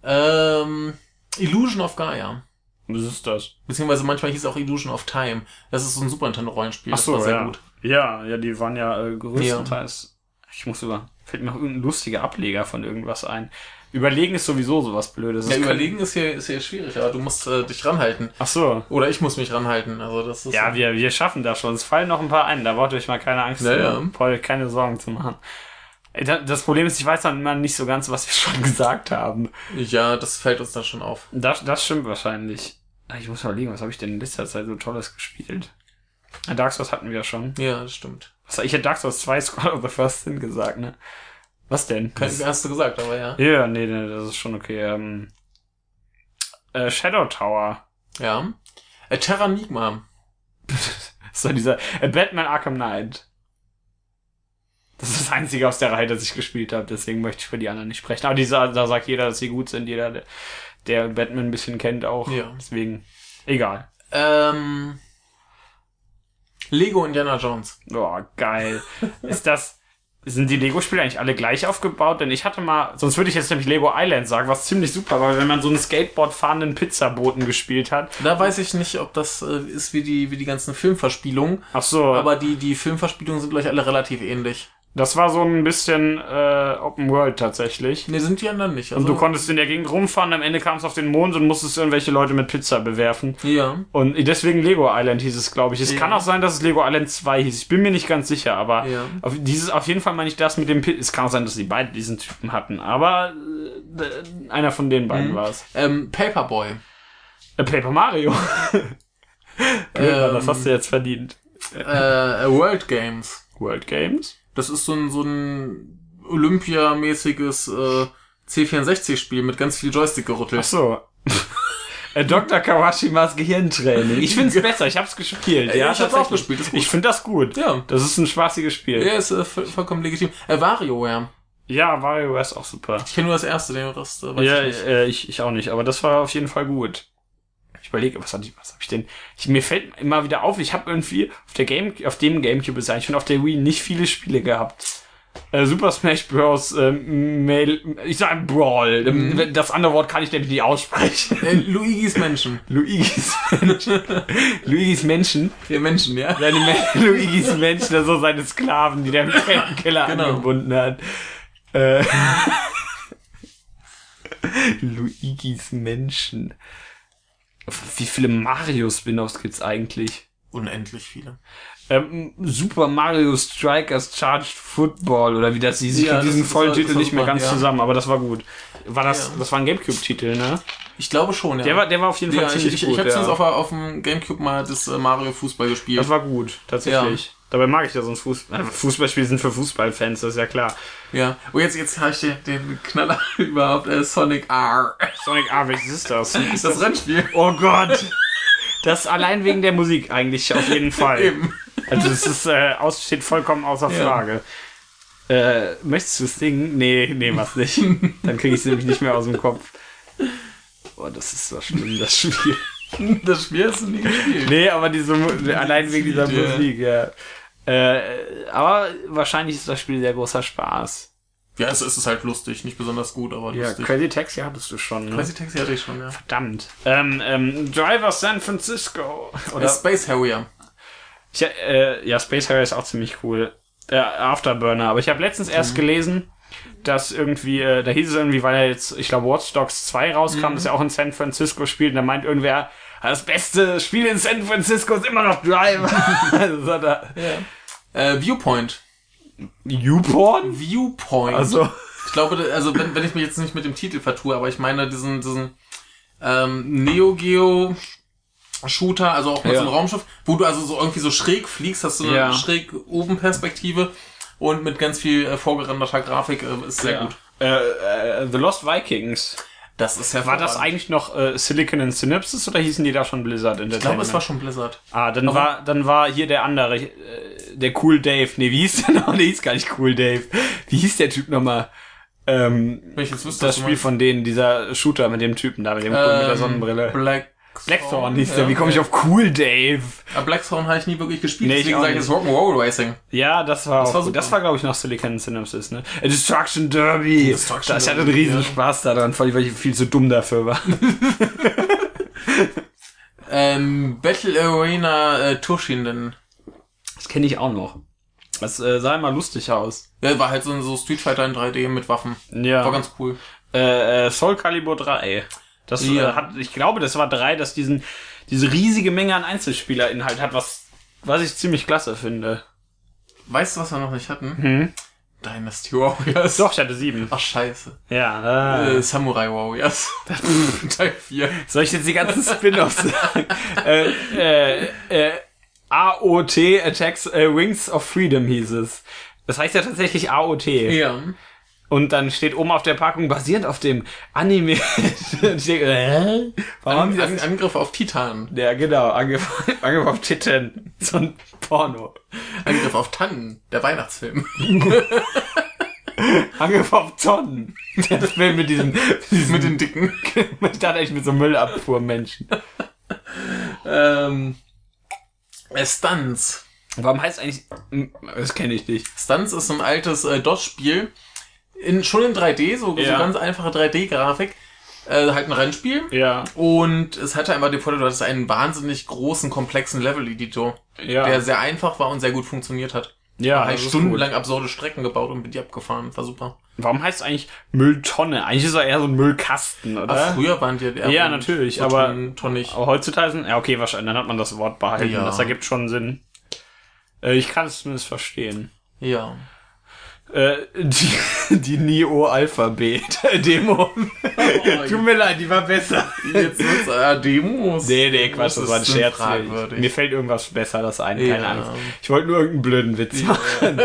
Speaker 2: Ähm, Illusion of Gaia.
Speaker 1: Was ist das?
Speaker 2: Beziehungsweise manchmal hieß es auch Illusion of Time. Das ist so ein Super Nintendo-Rollenspiel.
Speaker 1: Ach so,
Speaker 2: das war
Speaker 1: ja. Ja, ja, die waren ja äh, größtenteils. Ich muss über. Fällt mir noch irgendein lustiger Ableger von irgendwas ein. Überlegen ist sowieso sowas Blödes.
Speaker 2: Ja,
Speaker 1: Das kann-
Speaker 2: überlegen ist hier, ist hier schwierig, aber du musst äh, dich ranhalten.
Speaker 1: Ach so.
Speaker 2: Oder ich muss mich ranhalten. Also das ist
Speaker 1: Ja, wir, wir schaffen das schon. Es fallen noch ein paar ein. Da braucht ihr euch mal keine Angst,
Speaker 2: Ja,
Speaker 1: zu-
Speaker 2: ja.
Speaker 1: braucht ihr euch keine Sorgen zu machen. Ey, da- Das Problem ist, ich weiß dann immer nicht so ganz, was wir schon gesagt haben.
Speaker 2: ja, das fällt uns dann schon auf.
Speaker 1: Das, das stimmt wahrscheinlich. Ah, Ich muss mal überlegen, was habe ich denn in letzter Zeit so Tolles gespielt? Ah, Dark Souls hatten wir ja schon.
Speaker 2: Ja, das stimmt.
Speaker 1: Was, ich hätte Dark Souls 2 Squad of the First Sin gesagt, ne? Was denn?
Speaker 2: Kein, hast du gesagt, aber ja.
Speaker 1: ja, nee, nee, das ist schon okay. Ähm, äh, Shadow Tower.
Speaker 2: Ja. Äh, Terranigma.
Speaker 1: So dieser äh, Batman Arkham Knight. Das ist das einzige aus der Reihe, das ich gespielt habe, deswegen möchte ich für die anderen nicht sprechen. Aber die, sa- da sagt jeder, dass sie gut sind, jeder, der- der Batman ein bisschen kennt auch.
Speaker 2: Ja.
Speaker 1: Deswegen, egal.
Speaker 2: Ähm, Lego Indiana Jones.
Speaker 1: Oh, geil. ist das, sind die Lego-Spiele eigentlich alle gleich aufgebaut? Denn ich hatte mal, sonst würde ich jetzt nämlich Lego Island sagen, was ziemlich super war, wenn man so einen Skateboard fahrenden Pizzaboten gespielt hat.
Speaker 2: Da weiß ich nicht, ob das äh, ist wie die, wie die ganzen Filmverspielungen.
Speaker 1: Ach so.
Speaker 2: Aber die, die Filmverspielungen sind, glaube ich, alle relativ ähnlich.
Speaker 1: Das war so ein bisschen äh, Open World tatsächlich.
Speaker 2: Ne, sind die anderen nicht.
Speaker 1: Und du konntest in der Gegend rumfahren, am Ende kam es auf den Mond und musstest irgendwelche Leute mit Pizza bewerfen.
Speaker 2: ja.
Speaker 1: Und deswegen Lego Island hieß es, glaube ich. Es
Speaker 2: Ja.
Speaker 1: kann auch sein, dass es Lego Island 2 hieß. Ich bin mir nicht ganz sicher, aber
Speaker 2: Ja.
Speaker 1: auf, dieses, auf jeden Fall meine ich das mit dem Pit. Es kann auch sein, dass die beiden diesen Typen hatten, aber äh, d- einer von den beiden war es.
Speaker 2: Ähm, Paperboy.
Speaker 1: Äh, Paper Mario. Blöd, aber das
Speaker 2: Ähm.
Speaker 1: hast du jetzt verdient.
Speaker 2: Äh, World Games.
Speaker 1: World Games?
Speaker 2: Das ist so ein, so ein Olympia-mäßiges äh, C64-Spiel mit ganz viel Joystick
Speaker 1: Ach
Speaker 2: gerüttelt.
Speaker 1: so. Äh, Dr. Kawashimas Gehirntraining. Ich find's besser, ich hab's gespielt.
Speaker 2: Äh,
Speaker 1: Ja,
Speaker 2: ich hab's
Speaker 1: tatsächlich.
Speaker 2: auch gespielt, ist gut.
Speaker 1: Ich find das gut.
Speaker 2: Ja.
Speaker 1: Das ist ein spaßiges Spiel.
Speaker 2: Ja, ist äh, voll- vollkommen legitim. Äh, WarioWare.
Speaker 1: Ja, WarioWare ist auch super.
Speaker 2: Ich kenne nur das erste, den Rest äh, weiß
Speaker 1: ja,
Speaker 2: ich nicht.
Speaker 1: äh, ich, ich auch nicht, aber das war auf jeden Fall gut. Ich überlege, was, hatte ich- was habe ich denn? Ich, mir fällt immer wieder auf, ich habe irgendwie auf der Game, auf dem Gamecube ist eigentlich und auf der Wii nicht viele Spiele gehabt. Äh, Super Smash Bros. Äh, Mail, ich sag Brawl.
Speaker 2: Mhm.
Speaker 1: Ähm, Das andere Wort kann ich nämlich nicht aussprechen.
Speaker 2: Äh, Luigi's Menschen.
Speaker 1: Luigi's Menschen. Luigi's Menschen.
Speaker 2: Ja, Menschen, ja.
Speaker 1: Seine Men Luigi's Menschen, das so seine Sklaven, die der im Keller
Speaker 2: Genau.
Speaker 1: angebunden hat. Äh. Luigi's Menschen. Wie viele Mario-Spin-Offs gibt's eigentlich?
Speaker 2: Unendlich viele.
Speaker 1: Ähm, Super Mario Strikers Charged Football oder wie das hieß. Ich
Speaker 2: Ja,
Speaker 1: krieg diesen
Speaker 2: das- das
Speaker 1: vollen
Speaker 2: war-
Speaker 1: Titel
Speaker 2: das war
Speaker 1: nicht mehr
Speaker 2: super,
Speaker 1: ganz
Speaker 2: ja.
Speaker 1: zusammen, aber das war gut. War das,
Speaker 2: Ja.
Speaker 1: das war ein Gamecube-Titel, ne?
Speaker 2: Ich glaube schon, ja.
Speaker 1: Der war, der war auf jeden Fall
Speaker 2: ja, ich,
Speaker 1: ziemlich
Speaker 2: ich,
Speaker 1: gut.
Speaker 2: ich habe
Speaker 1: ja.
Speaker 2: auf, auf dem Gamecube mal das äh, Mario Fußball gespielt.
Speaker 1: Das war gut, tatsächlich. Dabei mag ich ja sonst Fußball. Fußballspiele äh, sind für Fußballfans, das ist ja klar.
Speaker 2: ja. Und jetzt, jetzt habe ich den, den Knaller überhaupt, äh, Sonic R.
Speaker 1: Sonic A, welches ist das?
Speaker 2: Das, das Rennspiel.
Speaker 1: Oh Gott! Das allein wegen der Musik eigentlich auf jeden Fall.
Speaker 2: Eben.
Speaker 1: Also es ist, äh, aus, steht vollkommen außer
Speaker 2: Ja.
Speaker 1: Frage. Äh, möchtest du es singen? Nee, nee, mach's nicht. Dann krieg ich es nämlich nicht mehr aus dem Kopf. Boah, das ist so schlimm, das Spiel.
Speaker 2: Das Spiel hast du nie gespielt.
Speaker 1: Nee, aber diese Mu allein wegen dieser
Speaker 2: Ja.
Speaker 1: Musik, ja. Äh, aber wahrscheinlich ist das Spiel sehr großer Spaß.
Speaker 2: Ja, es es ist halt lustig, nicht besonders gut, aber
Speaker 1: Ja,
Speaker 2: lustig.
Speaker 1: Crazy Taxi hattest du schon, ne?
Speaker 2: Crazy Taxi hatte ich schon, ja.
Speaker 1: Verdammt. Ähm, ähm, Driver San Francisco.
Speaker 2: Äh,
Speaker 1: Oder
Speaker 2: Space Harrier.
Speaker 1: Ich, äh, ja, Space Harrier ist auch ziemlich cool. Äh, Afterburner. Aber ich habe letztens erst gelesen, dass irgendwie, äh, da hieß es irgendwie, weil er jetzt, ich glaube, Watch Dogs 2 rauskam, das ja auch in San Francisco spielt, und da meint irgendwer, das beste Spiel in San Francisco ist immer noch Driver. Also das hat er.
Speaker 2: Äh, Viewpoint.
Speaker 1: YouPorn?
Speaker 2: Viewpoint.
Speaker 1: Also,
Speaker 2: Ich glaube, da- also wenn, wenn ich mich jetzt nicht mit dem Titel vertue, aber ich meine diesen, diesen ähm, Neo Geo Shooter, also auch mit
Speaker 1: Ja.
Speaker 2: so einem Raumschiff, wo du also so irgendwie so schräg fliegst, hast du eine
Speaker 1: Ja.
Speaker 2: schräg oben Perspektive und mit ganz viel äh, vorgerenderter Grafik äh, ist sehr gut.
Speaker 1: Äh, äh, The Lost Vikings.
Speaker 2: Das ist
Speaker 1: War das
Speaker 2: hervorragend.
Speaker 1: eigentlich noch äh, Silicon and Synapses oder hießen die da schon Blizzard Entertainment?
Speaker 2: Ich glaube, es war schon Blizzard.
Speaker 1: Ah, dann war, dann war hier der andere, äh, der Cool Dave. Nee, wie hieß der noch? Nee, hieß gar nicht Cool Dave. Wie hieß der Typ nochmal? Ähm,
Speaker 2: Wenn ich jetzt wüsste,
Speaker 1: das
Speaker 2: was du
Speaker 1: Spiel
Speaker 2: meinst.
Speaker 1: von denen, dieser Shooter mit dem Typen da, mit dem coolen mit der
Speaker 2: Ähm,
Speaker 1: Sonnenbrille.
Speaker 2: Black
Speaker 1: Blackthorn hieß der.
Speaker 2: ja.
Speaker 1: Wie komme ich auf Cool Dave?
Speaker 2: Aber Blackthorn habe ich nie wirklich gespielt,
Speaker 1: Nee, ich
Speaker 2: deswegen
Speaker 1: auch
Speaker 2: sage ich
Speaker 1: nicht.
Speaker 2: jetzt Rock'n'Roll Racing.
Speaker 1: Ja, das war, das
Speaker 2: war
Speaker 1: war,
Speaker 2: super.
Speaker 1: das war glaube ich, noch Silicon Synapses, ne? Äh, Destruction Derby.
Speaker 2: Destruction
Speaker 1: das hatte einen
Speaker 2: Derby,
Speaker 1: riesen
Speaker 2: ja.
Speaker 1: Spaß daran, vor allem, weil ich viel zu dumm dafür war.
Speaker 2: Ähm, Battle Arena äh, Toshinden.
Speaker 1: Das kenne ich auch noch. Das äh, sah immer lustig aus.
Speaker 2: Ja, war halt so ein so Street Fighter in 3D mit Waffen.
Speaker 1: Ja.
Speaker 2: War ganz cool.
Speaker 1: äh, äh, Soul Calibur 3. Das äh,
Speaker 2: Ja.
Speaker 1: hat, ich glaube, das war 3, das diesen, diese riesige Menge an Einzelspielerinhalt hat, was, was ich ziemlich klasse finde.
Speaker 2: Weißt du, was wir noch nicht hatten? Dynasty Warriors.
Speaker 1: Hm? Doch, ich hatte 7.
Speaker 2: Ach, scheiße.
Speaker 1: Ja, äh.
Speaker 2: Äh, Samurai Warriors. Teil 4.
Speaker 1: Soll ich jetzt die ganzen Spin-offs sagen? äh, äh, äh, AOT Attacks, äh, Wings of Freedom hieß es. Das heißt ja tatsächlich AOT.
Speaker 2: Ja.
Speaker 1: Und dann steht oben auf der Packung, basierend auf dem Anime. Und ich denke, hä? Warum haben die
Speaker 2: An,
Speaker 1: das
Speaker 2: An, Angriff auf Titan.
Speaker 1: Ja, genau, Angriff, Angriff auf Titan. So ein Porno.
Speaker 2: Angriff auf Tannen. Der Weihnachtsfilm.
Speaker 1: Angriff auf Tonnen. Der Film mit diesem, mit diesem
Speaker 2: Mit den dicken.
Speaker 1: ich dachte echt mit so Müllabfuhrmenschen.
Speaker 2: Ähm, äh, Stunts.
Speaker 1: Warum heißt eigentlich, Hm, das kenne ich nicht.
Speaker 2: Stunts ist so ein altes äh, Dodge-Spiel. In, schon in 3D, so, so
Speaker 1: Ja.
Speaker 2: ganz einfache 3D-Grafik. Äh, halt ein Rennspiel.
Speaker 1: Ja,
Speaker 2: Und es hatte einfach den Vorteil, du hattest einen wahnsinnig großen, komplexen Level-Editor,
Speaker 1: ja.
Speaker 2: der sehr einfach war und sehr gut funktioniert hat.
Speaker 1: ja,
Speaker 2: Da habe
Speaker 1: das
Speaker 2: ich
Speaker 1: Also ist
Speaker 2: stundenlang absurde Strecken gebaut und bin die abgefahren. War super.
Speaker 1: gut. Warum heißt es eigentlich Mülltonne? Eigentlich ist er eher so ein Müllkasten,
Speaker 2: Aber
Speaker 1: oder?
Speaker 2: früher waren die eher
Speaker 1: Ja,
Speaker 2: so-
Speaker 1: natürlich,
Speaker 2: so
Speaker 1: aber-
Speaker 2: ton- tonnig.
Speaker 1: Aber heutzutage sind, ja, okay, wahrscheinlich, dann hat man das Wort behalten.
Speaker 2: Ja.
Speaker 1: Das ergibt schon Sinn. Äh, ich kann es zumindest verstehen.
Speaker 2: Ja.
Speaker 1: Äh, die, die Neo-Alphabet-Demo. Tut mir leid, die war besser.
Speaker 2: Jetzt wird's äh, Demos.
Speaker 1: Nee, nee, Quatsch, das, war ein
Speaker 2: ist
Speaker 1: Scherz.
Speaker 2: fragwürdig.
Speaker 1: Mir fällt irgendwas Besseres ein, keine
Speaker 2: Ja.
Speaker 1: Angst. Ich wollte nur irgendeinen blöden Witz machen.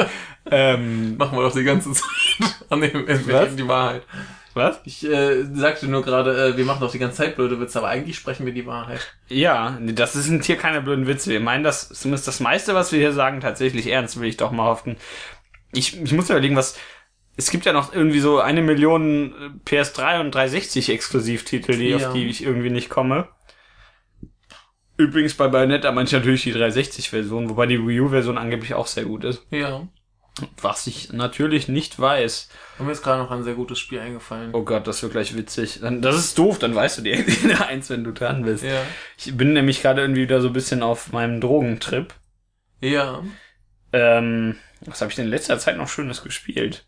Speaker 1: ähm,
Speaker 2: Machen wir doch die ganze Zeit. An dem,
Speaker 1: Was?
Speaker 2: die Wahrheit.
Speaker 1: was?
Speaker 2: Ich äh, sagte nur gerade, äh, wir machen doch die ganze Zeit blöde Witze, aber eigentlich sprechen wir die Wahrheit.
Speaker 1: Ja, nee, das sind hier keine blöden Witze. Wir meinen das, zumindest das meiste, was wir hier sagen, tatsächlich ernst, will ich doch mal hoffen. Ich, ich muss mir überlegen, was. Es gibt ja noch irgendwie so eine Million äh, PS3 und 360 Exklusivtitel, die,
Speaker 2: Ja.
Speaker 1: auf die ich irgendwie nicht komme. Übrigens bei Bayonetta meine ich natürlich die 360-Version, wobei die Wii U-Version angeblich auch sehr gut ist.
Speaker 2: Ja.
Speaker 1: Was ich natürlich nicht weiß.
Speaker 2: Und mir ist gerade noch ein sehr gutes Spiel eingefallen.
Speaker 1: Oh Gott, das wird gleich witzig. Dann, das ist doof, dann weißt du dir eine Eins, wenn du dran bist.
Speaker 2: Ja.
Speaker 1: Ich bin nämlich gerade irgendwie wieder so ein bisschen auf meinem Drogentrip.
Speaker 2: Ja.
Speaker 1: Ähm, was habe ich denn in letzter Zeit noch Schönes gespielt?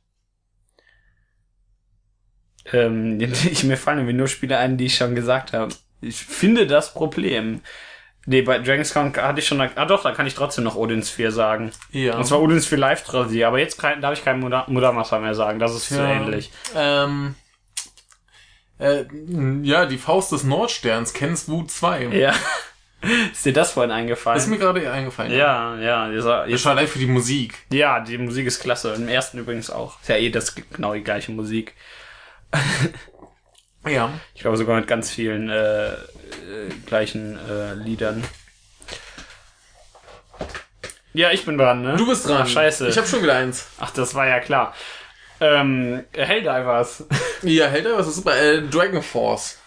Speaker 1: Ähm, ich, mir fallen irgendwie nur Spiele ein, die ich schon gesagt habe. Ich finde das Problem. Nee, bei Dragon's Crown hatte ich schon... Ah doch, da kann ich trotzdem noch Odins 4 sagen.
Speaker 2: Ja.
Speaker 1: Und zwar Odins 4 Live Trilogy, aber jetzt kein, darf ich keinen Muda- Mudamasa mehr sagen. Das ist zu
Speaker 2: Ja.
Speaker 1: ähnlich.
Speaker 2: Ähm, äh, ja, die Faust des Nordsterns, Kens Wu 2.
Speaker 1: Ja. Ist dir das vorhin
Speaker 2: Ist
Speaker 1: eingefallen?
Speaker 2: mir gerade eher eingefallen.
Speaker 1: Ja, ja, dieser,
Speaker 2: Ich war allein für die Musik.
Speaker 1: ja, die Musik ist klasse. Im ersten übrigens auch. Ist ja eh das genau die gleiche Musik.
Speaker 2: Ja.
Speaker 1: Ich glaube sogar mit ganz vielen äh, äh, gleichen äh, Liedern. Ja, ich bin dran, ne?
Speaker 2: Du bist dran.
Speaker 1: Ach, scheiße.
Speaker 2: Ich habe schon wieder eins.
Speaker 1: Ach, das war ja klar. Ähm, Helldivers.
Speaker 2: Ja, Helder, was ist super? Äh, Dragon Force.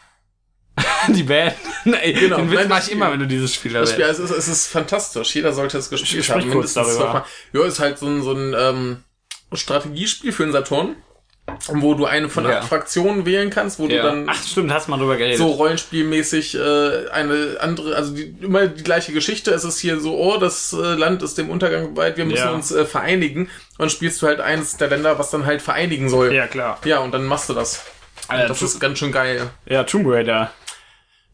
Speaker 1: die Band. Nee,
Speaker 2: Genau.
Speaker 1: den Witz
Speaker 2: Nein, das
Speaker 1: mach ich
Speaker 2: Spiel.
Speaker 1: immer, wenn du dieses Spiel erwähnst.
Speaker 2: Das Spiel, also es, ist, es ist fantastisch. Jeder sollte es gespielt
Speaker 1: Sprich
Speaker 2: haben.
Speaker 1: kurz
Speaker 2: mindestens
Speaker 1: darüber.
Speaker 2: zweimal. Ja, ist halt so ein, so ein ähm, Strategiespiel für den Saturn, wo du eine von
Speaker 1: Ja.
Speaker 2: acht Fraktionen wählen kannst, wo
Speaker 1: ja.
Speaker 2: du dann
Speaker 1: Ach, stimmt, hast mal drüber geredet.
Speaker 2: so rollenspielmäßig äh, eine andere, also die, immer die gleiche Geschichte. Es ist hier so, oh, das äh, Land ist dem Untergang geweiht, wir müssen
Speaker 1: Ja.
Speaker 2: uns äh, vereinigen. Und spielst du halt eines der Länder, was dann halt vereinigen soll. Ja,
Speaker 1: Ja, klar.
Speaker 2: und dann machst du das.
Speaker 1: Äh,
Speaker 2: das
Speaker 1: Tu-
Speaker 2: ist ganz schön geil.
Speaker 1: ja, Tomb Raider.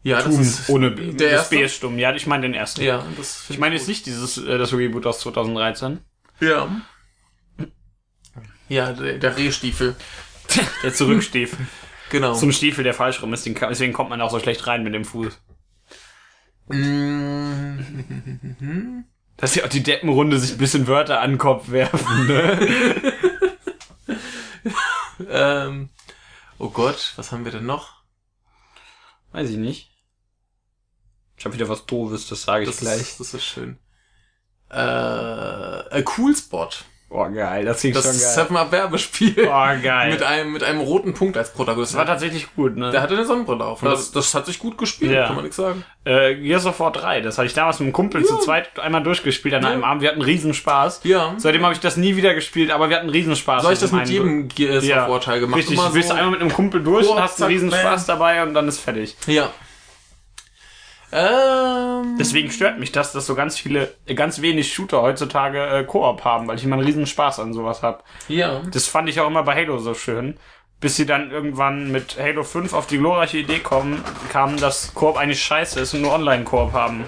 Speaker 2: Ja,
Speaker 1: Tomb,
Speaker 2: das ist
Speaker 1: ohne B.
Speaker 2: der
Speaker 1: das
Speaker 2: erste.
Speaker 1: B ist stumm. Ja, ich meine den ersten.
Speaker 2: Ja, das find
Speaker 1: Oh. Ich meine jetzt nicht dieses, äh, das Reboot aus 2013.
Speaker 2: Ja. Ja, der, der Rehstiefel.
Speaker 1: Der Zurückstiefel.
Speaker 2: Genau.
Speaker 1: Zum Stiefel, der falsch rum ist. Den, kann- deswegen kommt man auch so schlecht rein mit dem Fuß.
Speaker 2: Mm,
Speaker 1: Dass ja auch die Deppenrunde sich ein bisschen Wörter an den Kopf werfen. Ne?
Speaker 2: ähm, oh Gott, was haben wir denn noch?
Speaker 1: Weiß ich nicht. Ich habe wieder was Doofes, das sage ich
Speaker 2: Das
Speaker 1: gleich.
Speaker 2: Ist, das ist schön. Äh, a Cool Spot.
Speaker 1: Boah, geil. Das klingt
Speaker 2: Das
Speaker 1: schon geil.
Speaker 2: Seven Up Werbespiel.
Speaker 1: Boah, geil.
Speaker 2: Mit einem, mit einem roten Punkt als Protagonist.
Speaker 1: das war tatsächlich gut, ne?
Speaker 2: der hatte eine Sonnenbrille auf. Und das, das hat sich gut gespielt,
Speaker 1: Ja.
Speaker 2: kann man nichts sagen.
Speaker 1: äh, Gears of War 3, das hatte ich damals mit einem Kumpel zu zweit einmal durchgespielt an einem Abend. Wir hatten Riesenspaß.
Speaker 2: Ja.
Speaker 1: Seitdem habe ich das nie wieder gespielt, aber wir hatten Riesenspaß.
Speaker 2: So habe ich das
Speaker 1: diesem
Speaker 2: mit
Speaker 1: einen-
Speaker 2: jedem Gears
Speaker 1: ja.
Speaker 2: of War Teil gemacht.
Speaker 1: Richtig,
Speaker 2: Immer
Speaker 1: du bist
Speaker 2: so-
Speaker 1: einmal mit einem Kumpel durch
Speaker 2: Boah,
Speaker 1: und hast einen
Speaker 2: zack,
Speaker 1: Riesenspaß dabei und dann ist fertig.
Speaker 2: Ja. Ähm,
Speaker 1: Deswegen stört mich das, dass so ganz viele, äh, ganz wenig Shooter heutzutage äh, Koop haben, weil ich immer einen Riesenspaß an sowas habe.
Speaker 2: ja.
Speaker 1: Das fand ich auch immer bei Halo so schön. Bis sie dann irgendwann mit Halo 5 auf die glorreiche Idee kommen, kamen, dass Koop eigentlich scheiße ist und nur Online-Koop haben.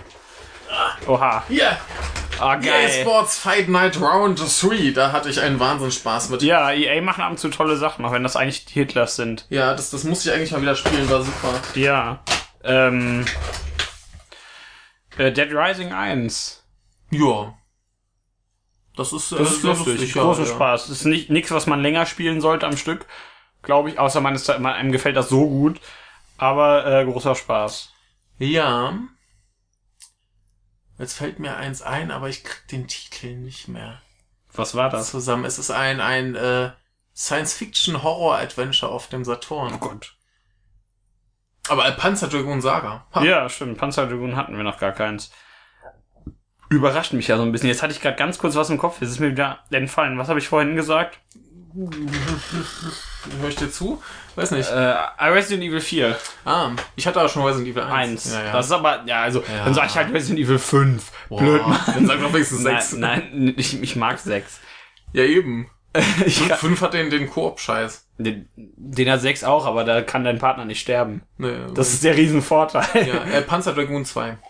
Speaker 1: Oha.
Speaker 2: Ja.
Speaker 1: Ah,
Speaker 2: EA
Speaker 1: geil.
Speaker 2: Sports Fight Night Round 3. Da hatte ich einen Wahnsinnsspaß mit.
Speaker 1: Ja, EA machen ab und zu tolle Sachen, auch wenn das eigentlich die Hitlers sind.
Speaker 2: Ja, das, das musste ich eigentlich mal wieder spielen, war super.
Speaker 1: Ja. Ähm. Äh, Dead Rising 1.
Speaker 2: Ja. Das ist, äh,
Speaker 1: Das ist
Speaker 2: sehr
Speaker 1: lustig,
Speaker 2: ja,
Speaker 1: großen
Speaker 2: ja.
Speaker 1: Spaß. Das ist nicht nichts, was man länger spielen sollte am Stück, glaube ich, außer man ist, man, einem gefällt das so gut. Aber äh, großer Spaß.
Speaker 2: Ja. Jetzt fällt mir eins ein, aber ich krieg den Titel nicht mehr
Speaker 1: Was war das?
Speaker 2: zusammen. Es ist ein, ein äh, Science-Fiction-Horror-Adventure auf dem Saturn.
Speaker 1: Oh Gott.
Speaker 2: Aber Panzer Dragoon Saga. Ha.
Speaker 1: Ja, stimmt. Panzerdragoon hatten wir noch gar keins. Überrascht mich ja so ein bisschen. Jetzt hatte ich gerade ganz kurz was im Kopf. Jetzt ist mir wieder entfallen. Was habe ich vorhin gesagt?
Speaker 2: Ich möchte zu. Weiß nicht.
Speaker 1: Äh, Resident Evil 4.
Speaker 2: Ah, ich hatte auch schon Resident Evil 1.
Speaker 1: Eins.
Speaker 2: Ja, ja.
Speaker 1: Das ist aber, ja, also,
Speaker 2: Ja.
Speaker 1: dann sage ich halt Resident Evil 5.
Speaker 2: Boah,
Speaker 1: Blöd,
Speaker 2: Dann
Speaker 1: Mann.
Speaker 2: sag doch wenigstens
Speaker 1: Nein,
Speaker 2: 6.
Speaker 1: nein, ich, ich mag 6.
Speaker 2: Ja, eben.
Speaker 1: Ich kann,
Speaker 2: 5 hat den, den Koop-Scheiß.
Speaker 1: den, den hat 6 auch, aber da kann dein Partner nicht sterben.
Speaker 2: Nee,
Speaker 1: Das ist der Riesenvorteil.
Speaker 2: Ne, ja, äh, Panzer Dragoon 2.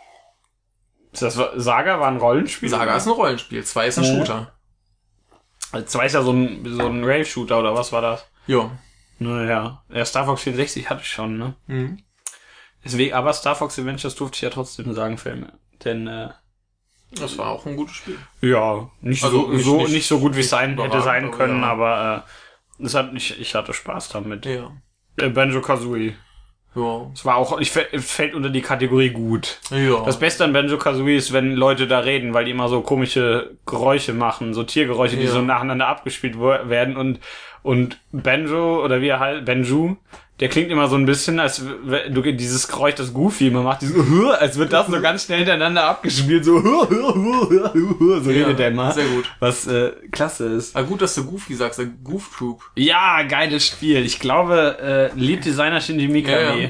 Speaker 1: Das war, Saga war ein Rollenspiel.
Speaker 2: Saga ist ein Rollenspiel, 2 ist ein
Speaker 1: Mhm.
Speaker 2: Shooter.
Speaker 1: Also Zwei ist ja so ein, so ein Rail-Shooter oder was war das?
Speaker 2: Ja.
Speaker 1: Naja. Ja, Star Fox 64 hatte ich schon, ne?
Speaker 2: Mhm.
Speaker 1: Deswegen, aber Star Fox Adventures durfte ich ja trotzdem sagen, Filme. Denn, äh,
Speaker 2: Das war auch ein gutes Spiel.
Speaker 1: ja, nicht,
Speaker 2: Also
Speaker 1: so,
Speaker 2: nicht-
Speaker 1: so,
Speaker 2: nicht-
Speaker 1: nicht, so gut, wie es sein hätte
Speaker 2: überragend,
Speaker 1: sein
Speaker 2: aber
Speaker 1: können,
Speaker 2: ja.
Speaker 1: aber, äh, es hat, ich, ich hatte Spaß damit.
Speaker 2: Ja.
Speaker 1: Äh, Banjo Kazooie.
Speaker 2: Ja.
Speaker 1: Es war auch, ich fä- fällt unter die Kategorie gut.
Speaker 2: Ja.
Speaker 1: Das Beste an Banjo Kazooie ist, wenn Leute da reden, weil die immer so komische Geräusche machen, so Tiergeräusche, die
Speaker 2: Ja.
Speaker 1: so nacheinander abgespielt wo- werden und und Banjo oder wie er halt Benju, der klingt immer so ein bisschen, als w- du dieses Geräusch, das Goofy immer macht, dieses, als wird das so ganz schnell hintereinander abgespielt, so so
Speaker 2: ja.
Speaker 1: redet der mal,
Speaker 2: Sehr gut.
Speaker 1: was äh, klasse ist.
Speaker 2: Ah, gut, dass du Goofy sagst, der Goof Troop.
Speaker 1: Ja, geiles Spiel. Ich glaube, äh, Lead-Designer Shinji Mikami.
Speaker 2: Ja, ja.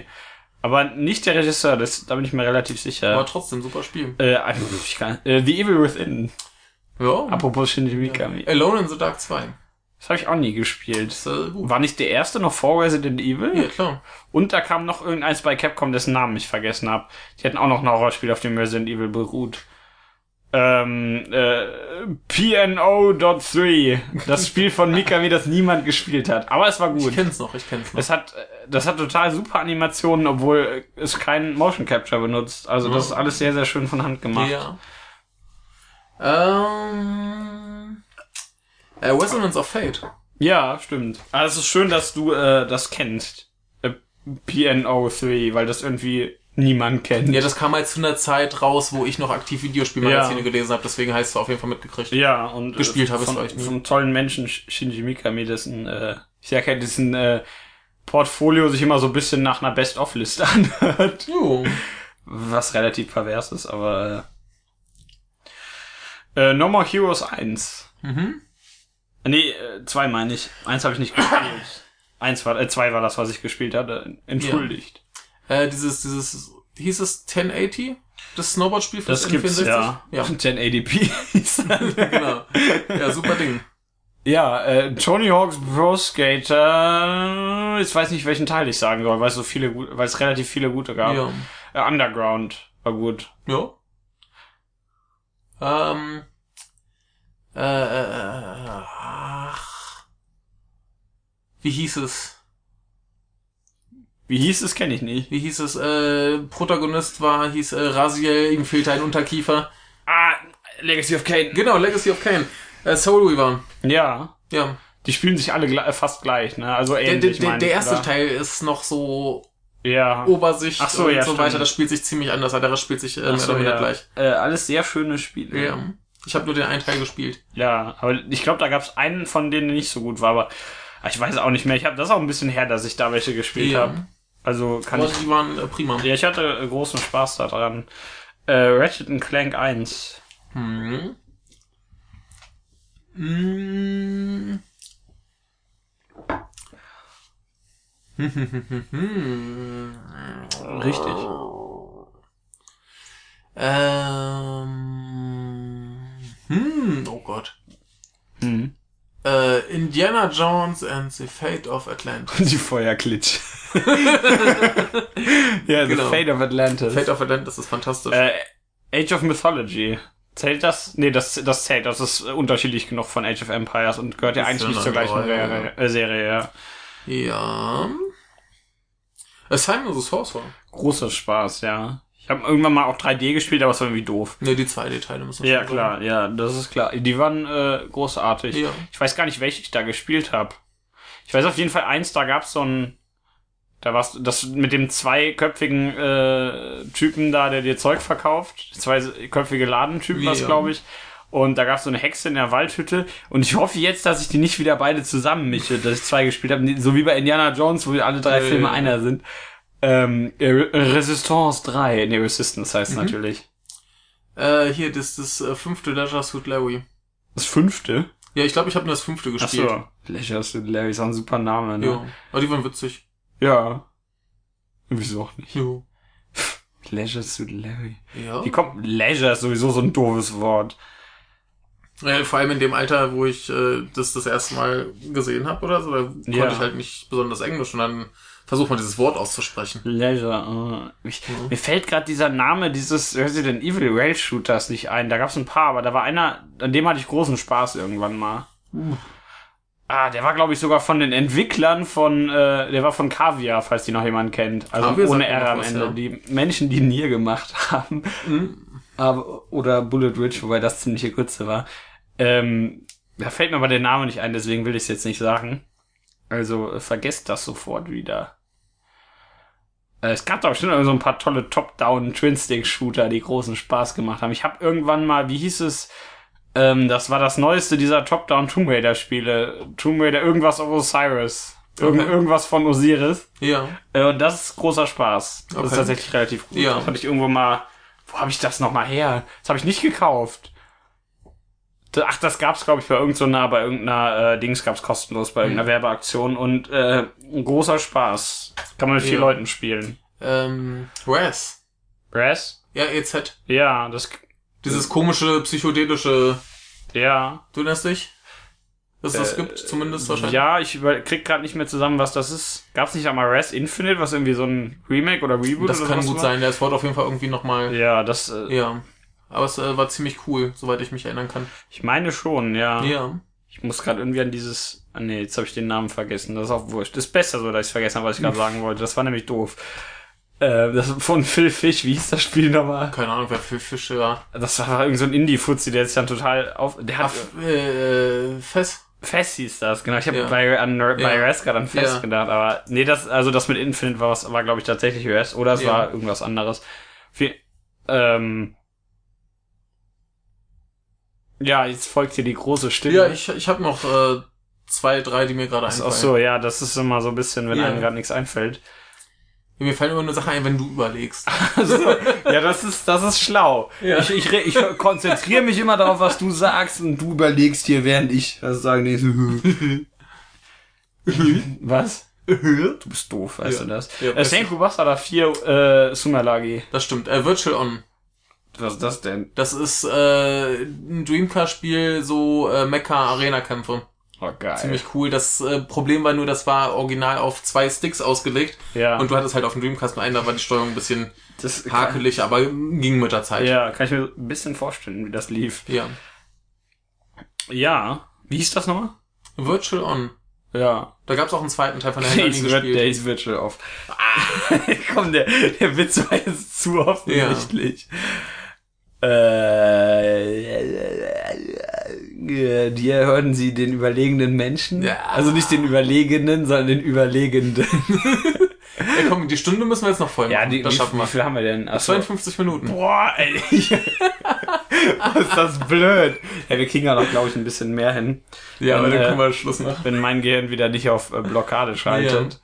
Speaker 1: Aber nicht der Regisseur, das, da bin ich mir relativ sicher.
Speaker 2: War trotzdem ein super Spiel.
Speaker 1: Äh, also, ich kann, äh, The Evil Within.
Speaker 2: Ja.
Speaker 1: Apropos Shinji Mikami.
Speaker 2: Alone in the Dark 2.
Speaker 1: Das habe ich auch nie gespielt.
Speaker 2: Ist äh, gut.
Speaker 1: War nicht der erste noch vor Resident Evil?
Speaker 2: Ja, klar.
Speaker 1: Und da kam noch irgendeins bei Capcom, dessen Namen ich vergessen habe. Die hatten auch noch ein Horrorspiel, auf dem Resident Evil beruht. Ähm, äh, PNO.3. Das Spiel von Mikami, das niemand gespielt hat. Aber es war
Speaker 2: Ich
Speaker 1: gut.
Speaker 2: kenn's noch, ich kenn's noch.
Speaker 1: Es hat, äh, das hat total super Animationen, obwohl äh, es keinen Motion Capture benutzt. Also das ist alles sehr, sehr schön von Hand gemacht.
Speaker 2: Ja. Ähm. Äh, Resonance of Fate.
Speaker 1: Ja, stimmt. Aber es Ah, ist schön, dass du äh, das kennst. Äh, PNO3, weil das irgendwie niemand kennt.
Speaker 2: Ja, das kam halt zu einer Zeit raus, wo ich noch aktiv Videospielmagazine
Speaker 1: Ja.
Speaker 2: gelesen habe, deswegen heißt es auf jeden Fall mitgekriegt.
Speaker 1: Ja, und äh,
Speaker 2: Gespielt habe ich
Speaker 1: von,
Speaker 2: es vielleicht nie.
Speaker 1: Vom tollen Menschen Sh- Shinji Mikami, dessen, äh, ich sag ja, dessen äh, Portfolio sich immer so ein bisschen nach einer Best-of-Liste anhört.
Speaker 2: Jo.
Speaker 1: Was relativ pervers ist, aber äh, äh, No More Heroes 1.
Speaker 2: Mhm.
Speaker 1: Nee, äh, zwei meine ich. Eins habe ich nicht gespielt. Eins war, äh, zwei war das, was ich gespielt hatte. Entschuldigt.
Speaker 2: Äh, dieses, dieses, hieß es 1080? Das Snowboard-Spiel für
Speaker 1: Das gibt's ja.
Speaker 2: Ja,
Speaker 1: 1080p. hieß das.
Speaker 2: genau. Ja, super Ding.
Speaker 1: ja, äh, Tony Hawk's Pro Skater. äh, Ich weiß nicht, welchen Teil ich sagen soll, weil es so viele, gut- weil es relativ viele gute gab.
Speaker 2: Ja.
Speaker 1: Äh, Underground war gut.
Speaker 2: Ja. Ähm. Äh, äh, äh, ach. Wie hieß es?
Speaker 1: Wie hieß es, kenne ich nicht.
Speaker 2: Wie hieß es? Äh, Protagonist war, hieß äh, Raziel, ihm fehlte ein Unterkiefer.
Speaker 1: Ah, Legacy of Kane.
Speaker 2: Genau, Legacy of Kane. Äh, Soul Reaver.
Speaker 1: Ja,
Speaker 2: Ja.
Speaker 1: die spielen sich alle gle- äh, fast gleich, ne? Also
Speaker 2: Der, der,
Speaker 1: ähnlich.
Speaker 2: der,
Speaker 1: meine
Speaker 2: der
Speaker 1: ich,
Speaker 2: erste
Speaker 1: oder?
Speaker 2: Teil ist noch so
Speaker 1: Ja.
Speaker 2: Obersicht
Speaker 1: Ach so,
Speaker 2: und
Speaker 1: ja,
Speaker 2: so
Speaker 1: stimmt.
Speaker 2: weiter. Das spielt sich ziemlich anders. Der Rest spielt sich äh, mehr
Speaker 1: Ach so,
Speaker 2: oder weniger
Speaker 1: ja.
Speaker 2: gleich.
Speaker 1: Äh, alles sehr schöne Spiele.
Speaker 2: Ja. Ich habe nur den einen Teil gespielt.
Speaker 1: Ja, aber ich glaube, da gab's einen von denen, der nicht so gut war, aber ich weiß auch nicht mehr. Ich habe das ist auch ein bisschen her, dass ich da welche gespielt
Speaker 2: Ja.
Speaker 1: habe. Also kann
Speaker 2: Aber
Speaker 1: ich.
Speaker 2: Ähm, die waren äh, prima.
Speaker 1: Ja, ich hatte äh, großen Spaß daran. Äh, Ratchet and Clank 1.
Speaker 2: Hm. Hm.
Speaker 1: Richtig.
Speaker 2: Ähm. Hm, oh Gott.
Speaker 1: Mhm.
Speaker 2: Äh, Indiana Jones and the Fate of Atlantis.
Speaker 1: Die Feuerklitsch. ja,
Speaker 2: Genau.
Speaker 1: The Fate of Atlantis.
Speaker 2: Fate of Atlantis ist fantastisch.
Speaker 1: äh, Age of Mythology. Zählt das? Nee, das, das zählt. Das ist äh, unterschiedlich genug von Age of Empires und gehört ja
Speaker 2: Ist
Speaker 1: eigentlich
Speaker 2: ja
Speaker 1: nicht zur
Speaker 2: eine
Speaker 1: gleichen
Speaker 2: andere, ja.
Speaker 1: Serie, äh, Serie, ja.
Speaker 2: ja. Äh, Simon the Sorcerer.
Speaker 1: Großer Spaß, ja. Ich habe irgendwann mal auch 3D gespielt, aber es war irgendwie doof.
Speaker 2: Ne, die 2D-Teile müssen
Speaker 1: Ja,
Speaker 2: schon
Speaker 1: klar, ja, das ist klar. Die waren äh, großartig.
Speaker 2: Ja.
Speaker 1: Ich weiß gar nicht, welche ich da gespielt habe. Ich weiß auf jeden Fall eins, da gab's so ein. Da war's das mit dem zweiköpfigen äh, Typen da, der dir Zeug verkauft. Zweiköpfige Ladentypen
Speaker 2: Ja.
Speaker 1: war's, glaub glaube ich. Und da gab's so eine Hexe in der Waldhütte. Und ich hoffe jetzt, dass ich die nicht wieder beide zusammenmische, dass ich zwei gespielt habe. So wie bei Indiana Jones, wo alle drei
Speaker 2: Ja,
Speaker 1: Filme
Speaker 2: ja, ja.
Speaker 1: einer sind. Ähm, Re- Resistance 3. Nee, Resistance
Speaker 2: Mhm.
Speaker 1: heißt natürlich.
Speaker 2: Äh, hier, das, das äh, fünfte Leisure Suit Larry.
Speaker 1: Das fünfte.
Speaker 2: Ja, ich glaube, ich habe nur das fünfte gespielt.
Speaker 1: Achso. Leisure Suit Larry ist auch ein super Name, ne?
Speaker 2: Ja. Aber die waren witzig.
Speaker 1: Ja. Wieso auch nicht?
Speaker 2: Jo.
Speaker 1: Leisure Suit Larry.
Speaker 2: Ja.
Speaker 1: Wie kommt Leisure ist sowieso so ein doofes Wort.
Speaker 2: ja. Vor allem in dem Alter, wo ich äh, das das erste Mal gesehen habe oder so, da
Speaker 1: Ja.
Speaker 2: konnte ich halt nicht besonders Englisch und dann versucht man dieses Wort auszusprechen.
Speaker 1: Leisure. äh, Ich, Mir fällt gerade dieser Name dieses Resident Evil Rail Shooters nicht ein. Da gab's ein paar, aber da war einer, an dem hatte ich großen Spaß irgendwann mal.
Speaker 2: Uh.
Speaker 1: Ah, der war, glaube ich, sogar von den Entwicklern von, äh, der war von Kaviar, falls die noch jemand kennt. Also
Speaker 2: Kaviar sagt
Speaker 1: ohne
Speaker 2: mir
Speaker 1: R
Speaker 2: noch
Speaker 1: am
Speaker 2: was,
Speaker 1: Ende.
Speaker 2: ja. Mhm.
Speaker 1: Die Menschen, die Nier gemacht haben. Aber, oder Bullet Ridge, wobei das ziemliche Grütze war. Ähm, da fällt mir aber der Name nicht ein, deswegen will ich es jetzt nicht sagen. Also äh, vergesst das sofort wieder. Äh, Es gab doch bestimmt auch so ein paar tolle Top-Down Twin-Stick-Shooter, die großen Spaß gemacht haben. Ich habe irgendwann mal, wie hieß es, ähm, das war das neueste dieser Top-Down Tomb Raider-Spiele. Tomb Raider, irgendwas of Osiris. Irgend,
Speaker 2: Okay.
Speaker 1: Irgendwas von Osiris.
Speaker 2: Ja.
Speaker 1: Äh, und das ist großer Spaß. Das ist
Speaker 2: Okay.
Speaker 1: tatsächlich relativ gut.
Speaker 2: Ja.
Speaker 1: Das habe ich irgendwo mal. Wo habe ich das nochmal her? Das habe ich nicht gekauft. Da- Ach, das gab's, glaube ich, bei irgendeiner, bei irgendeiner äh, Dings gab's kostenlos,
Speaker 2: Mhm.
Speaker 1: bei irgendeiner Werbeaktion und äh, ein großer Spaß. Kann man mit vier
Speaker 2: Ja.
Speaker 1: Leuten spielen.
Speaker 2: Ähm, Res.
Speaker 1: Brass?
Speaker 2: Ja, EZ.
Speaker 1: Ja, das.
Speaker 2: Dieses komische, psychedelische,
Speaker 1: Ja.
Speaker 2: du erinnerst dich? Dass das gibt, zumindest wahrscheinlich.
Speaker 1: Äh, Ja, ich über, krieg gerade nicht mehr zusammen, was das ist. Gab's nicht einmal Res Infinite, was irgendwie so ein Remake oder Reboot
Speaker 2: das
Speaker 1: oder
Speaker 2: kann
Speaker 1: sowas also
Speaker 2: gut
Speaker 1: war?
Speaker 2: sein. Ja, es wurde auf jeden Fall irgendwie nochmal.
Speaker 1: Ja, das. Äh,
Speaker 2: Ja. Aber es äh, war ziemlich cool, soweit ich mich erinnern kann.
Speaker 1: Ich meine schon, ja.
Speaker 2: Ja.
Speaker 1: Ich muss gerade irgendwie an dieses. Ah, nee, jetzt habe ich den Namen vergessen. Das ist auch wurscht. Ist besser so, dass ich vergessen habe, was ich gerade sagen wollte. Das war nämlich doof. Äh, das von Phil Fish, wie hieß das Spiel nochmal?
Speaker 2: Keine Ahnung, wer für Fische war.
Speaker 1: Das war irgend so ein Indie-Fuzzi, der sich dann total auf. Der hat.
Speaker 2: Ach, äh, Fess.
Speaker 1: Fest hieß das, genau. Ich habe
Speaker 2: Ja.
Speaker 1: bei, an, bei
Speaker 2: Ja.
Speaker 1: Res gerade an Fest
Speaker 2: Ja.
Speaker 1: gedacht, aber nee, das, also das mit Infinite war, was- war glaube ich, tatsächlich US oder es
Speaker 2: Ja.
Speaker 1: war irgendwas anderes. Viel, ähm, ja, jetzt folgt hier die große Stimme.
Speaker 2: Ja, ich, ich habe noch äh, zwei, drei, die mir gerade
Speaker 1: ne? Ach
Speaker 2: einfallen.
Speaker 1: so, ja, das ist immer so ein bisschen, wenn
Speaker 2: Ja.
Speaker 1: einem gerade nichts einfällt.
Speaker 2: Mir fallen immer nur Sachen ein, wenn du überlegst.
Speaker 1: Ja, das ist, das ist schlau.
Speaker 2: Ja.
Speaker 1: Ich, ich, re- ich konzentriere mich immer darauf, was du sagst und du überlegst hier, während ich was sagen denke. was? Du bist doof, weißt
Speaker 2: Ja.
Speaker 1: du das?
Speaker 2: Ja,
Speaker 1: äh, Saint Kubasada 4 äh, Sumalagi.
Speaker 2: Das stimmt. Äh, Virtual On.
Speaker 1: Was ist das denn?
Speaker 2: Das ist äh, ein Dreamcast-Spiel, so äh, Mecha-Arena-Kämpfe.
Speaker 1: Oh, geil.
Speaker 2: Ziemlich cool. Das äh, Problem war nur, das war original auf zwei Sticks ausgelegt.
Speaker 1: ja.
Speaker 2: Und du hattest halt auf dem Dreamcast nur einen, da war die Steuerung ein bisschen
Speaker 1: das kann,
Speaker 2: hakelig, aber ging mit der Zeit.
Speaker 1: Ja, kann ich mir ein bisschen vorstellen, wie das lief.
Speaker 2: ja.
Speaker 1: Ja. Wie hieß das nochmal?
Speaker 2: Virtual On.
Speaker 1: Ja.
Speaker 2: Da gab's auch einen zweiten Teil von der Händler nie
Speaker 1: Days, wird,
Speaker 2: gespielt.
Speaker 1: Days Virtual off. Komm, der, der Witz war jetzt zu offensichtlich. Äh, die hören sie den überlegenen Menschen.
Speaker 2: Ja.
Speaker 1: Also nicht den überlegenen, sondern den überlegenden.
Speaker 2: Ja, komm, die Stunde müssen wir jetzt noch voll machen. das
Speaker 1: wie,
Speaker 2: schaffen
Speaker 1: wie
Speaker 2: wir.
Speaker 1: viel haben wir denn? Ach so.
Speaker 2: 52 Minuten.
Speaker 1: Boah, ey. Was ist das blöd. Ja, wir kriegen ja noch, glaube ich, ein bisschen mehr hin,
Speaker 2: Ja,
Speaker 1: aber dann können
Speaker 2: wir Schluss machen.
Speaker 1: wenn mein Gehirn wieder nicht auf äh, Blockade schaltet.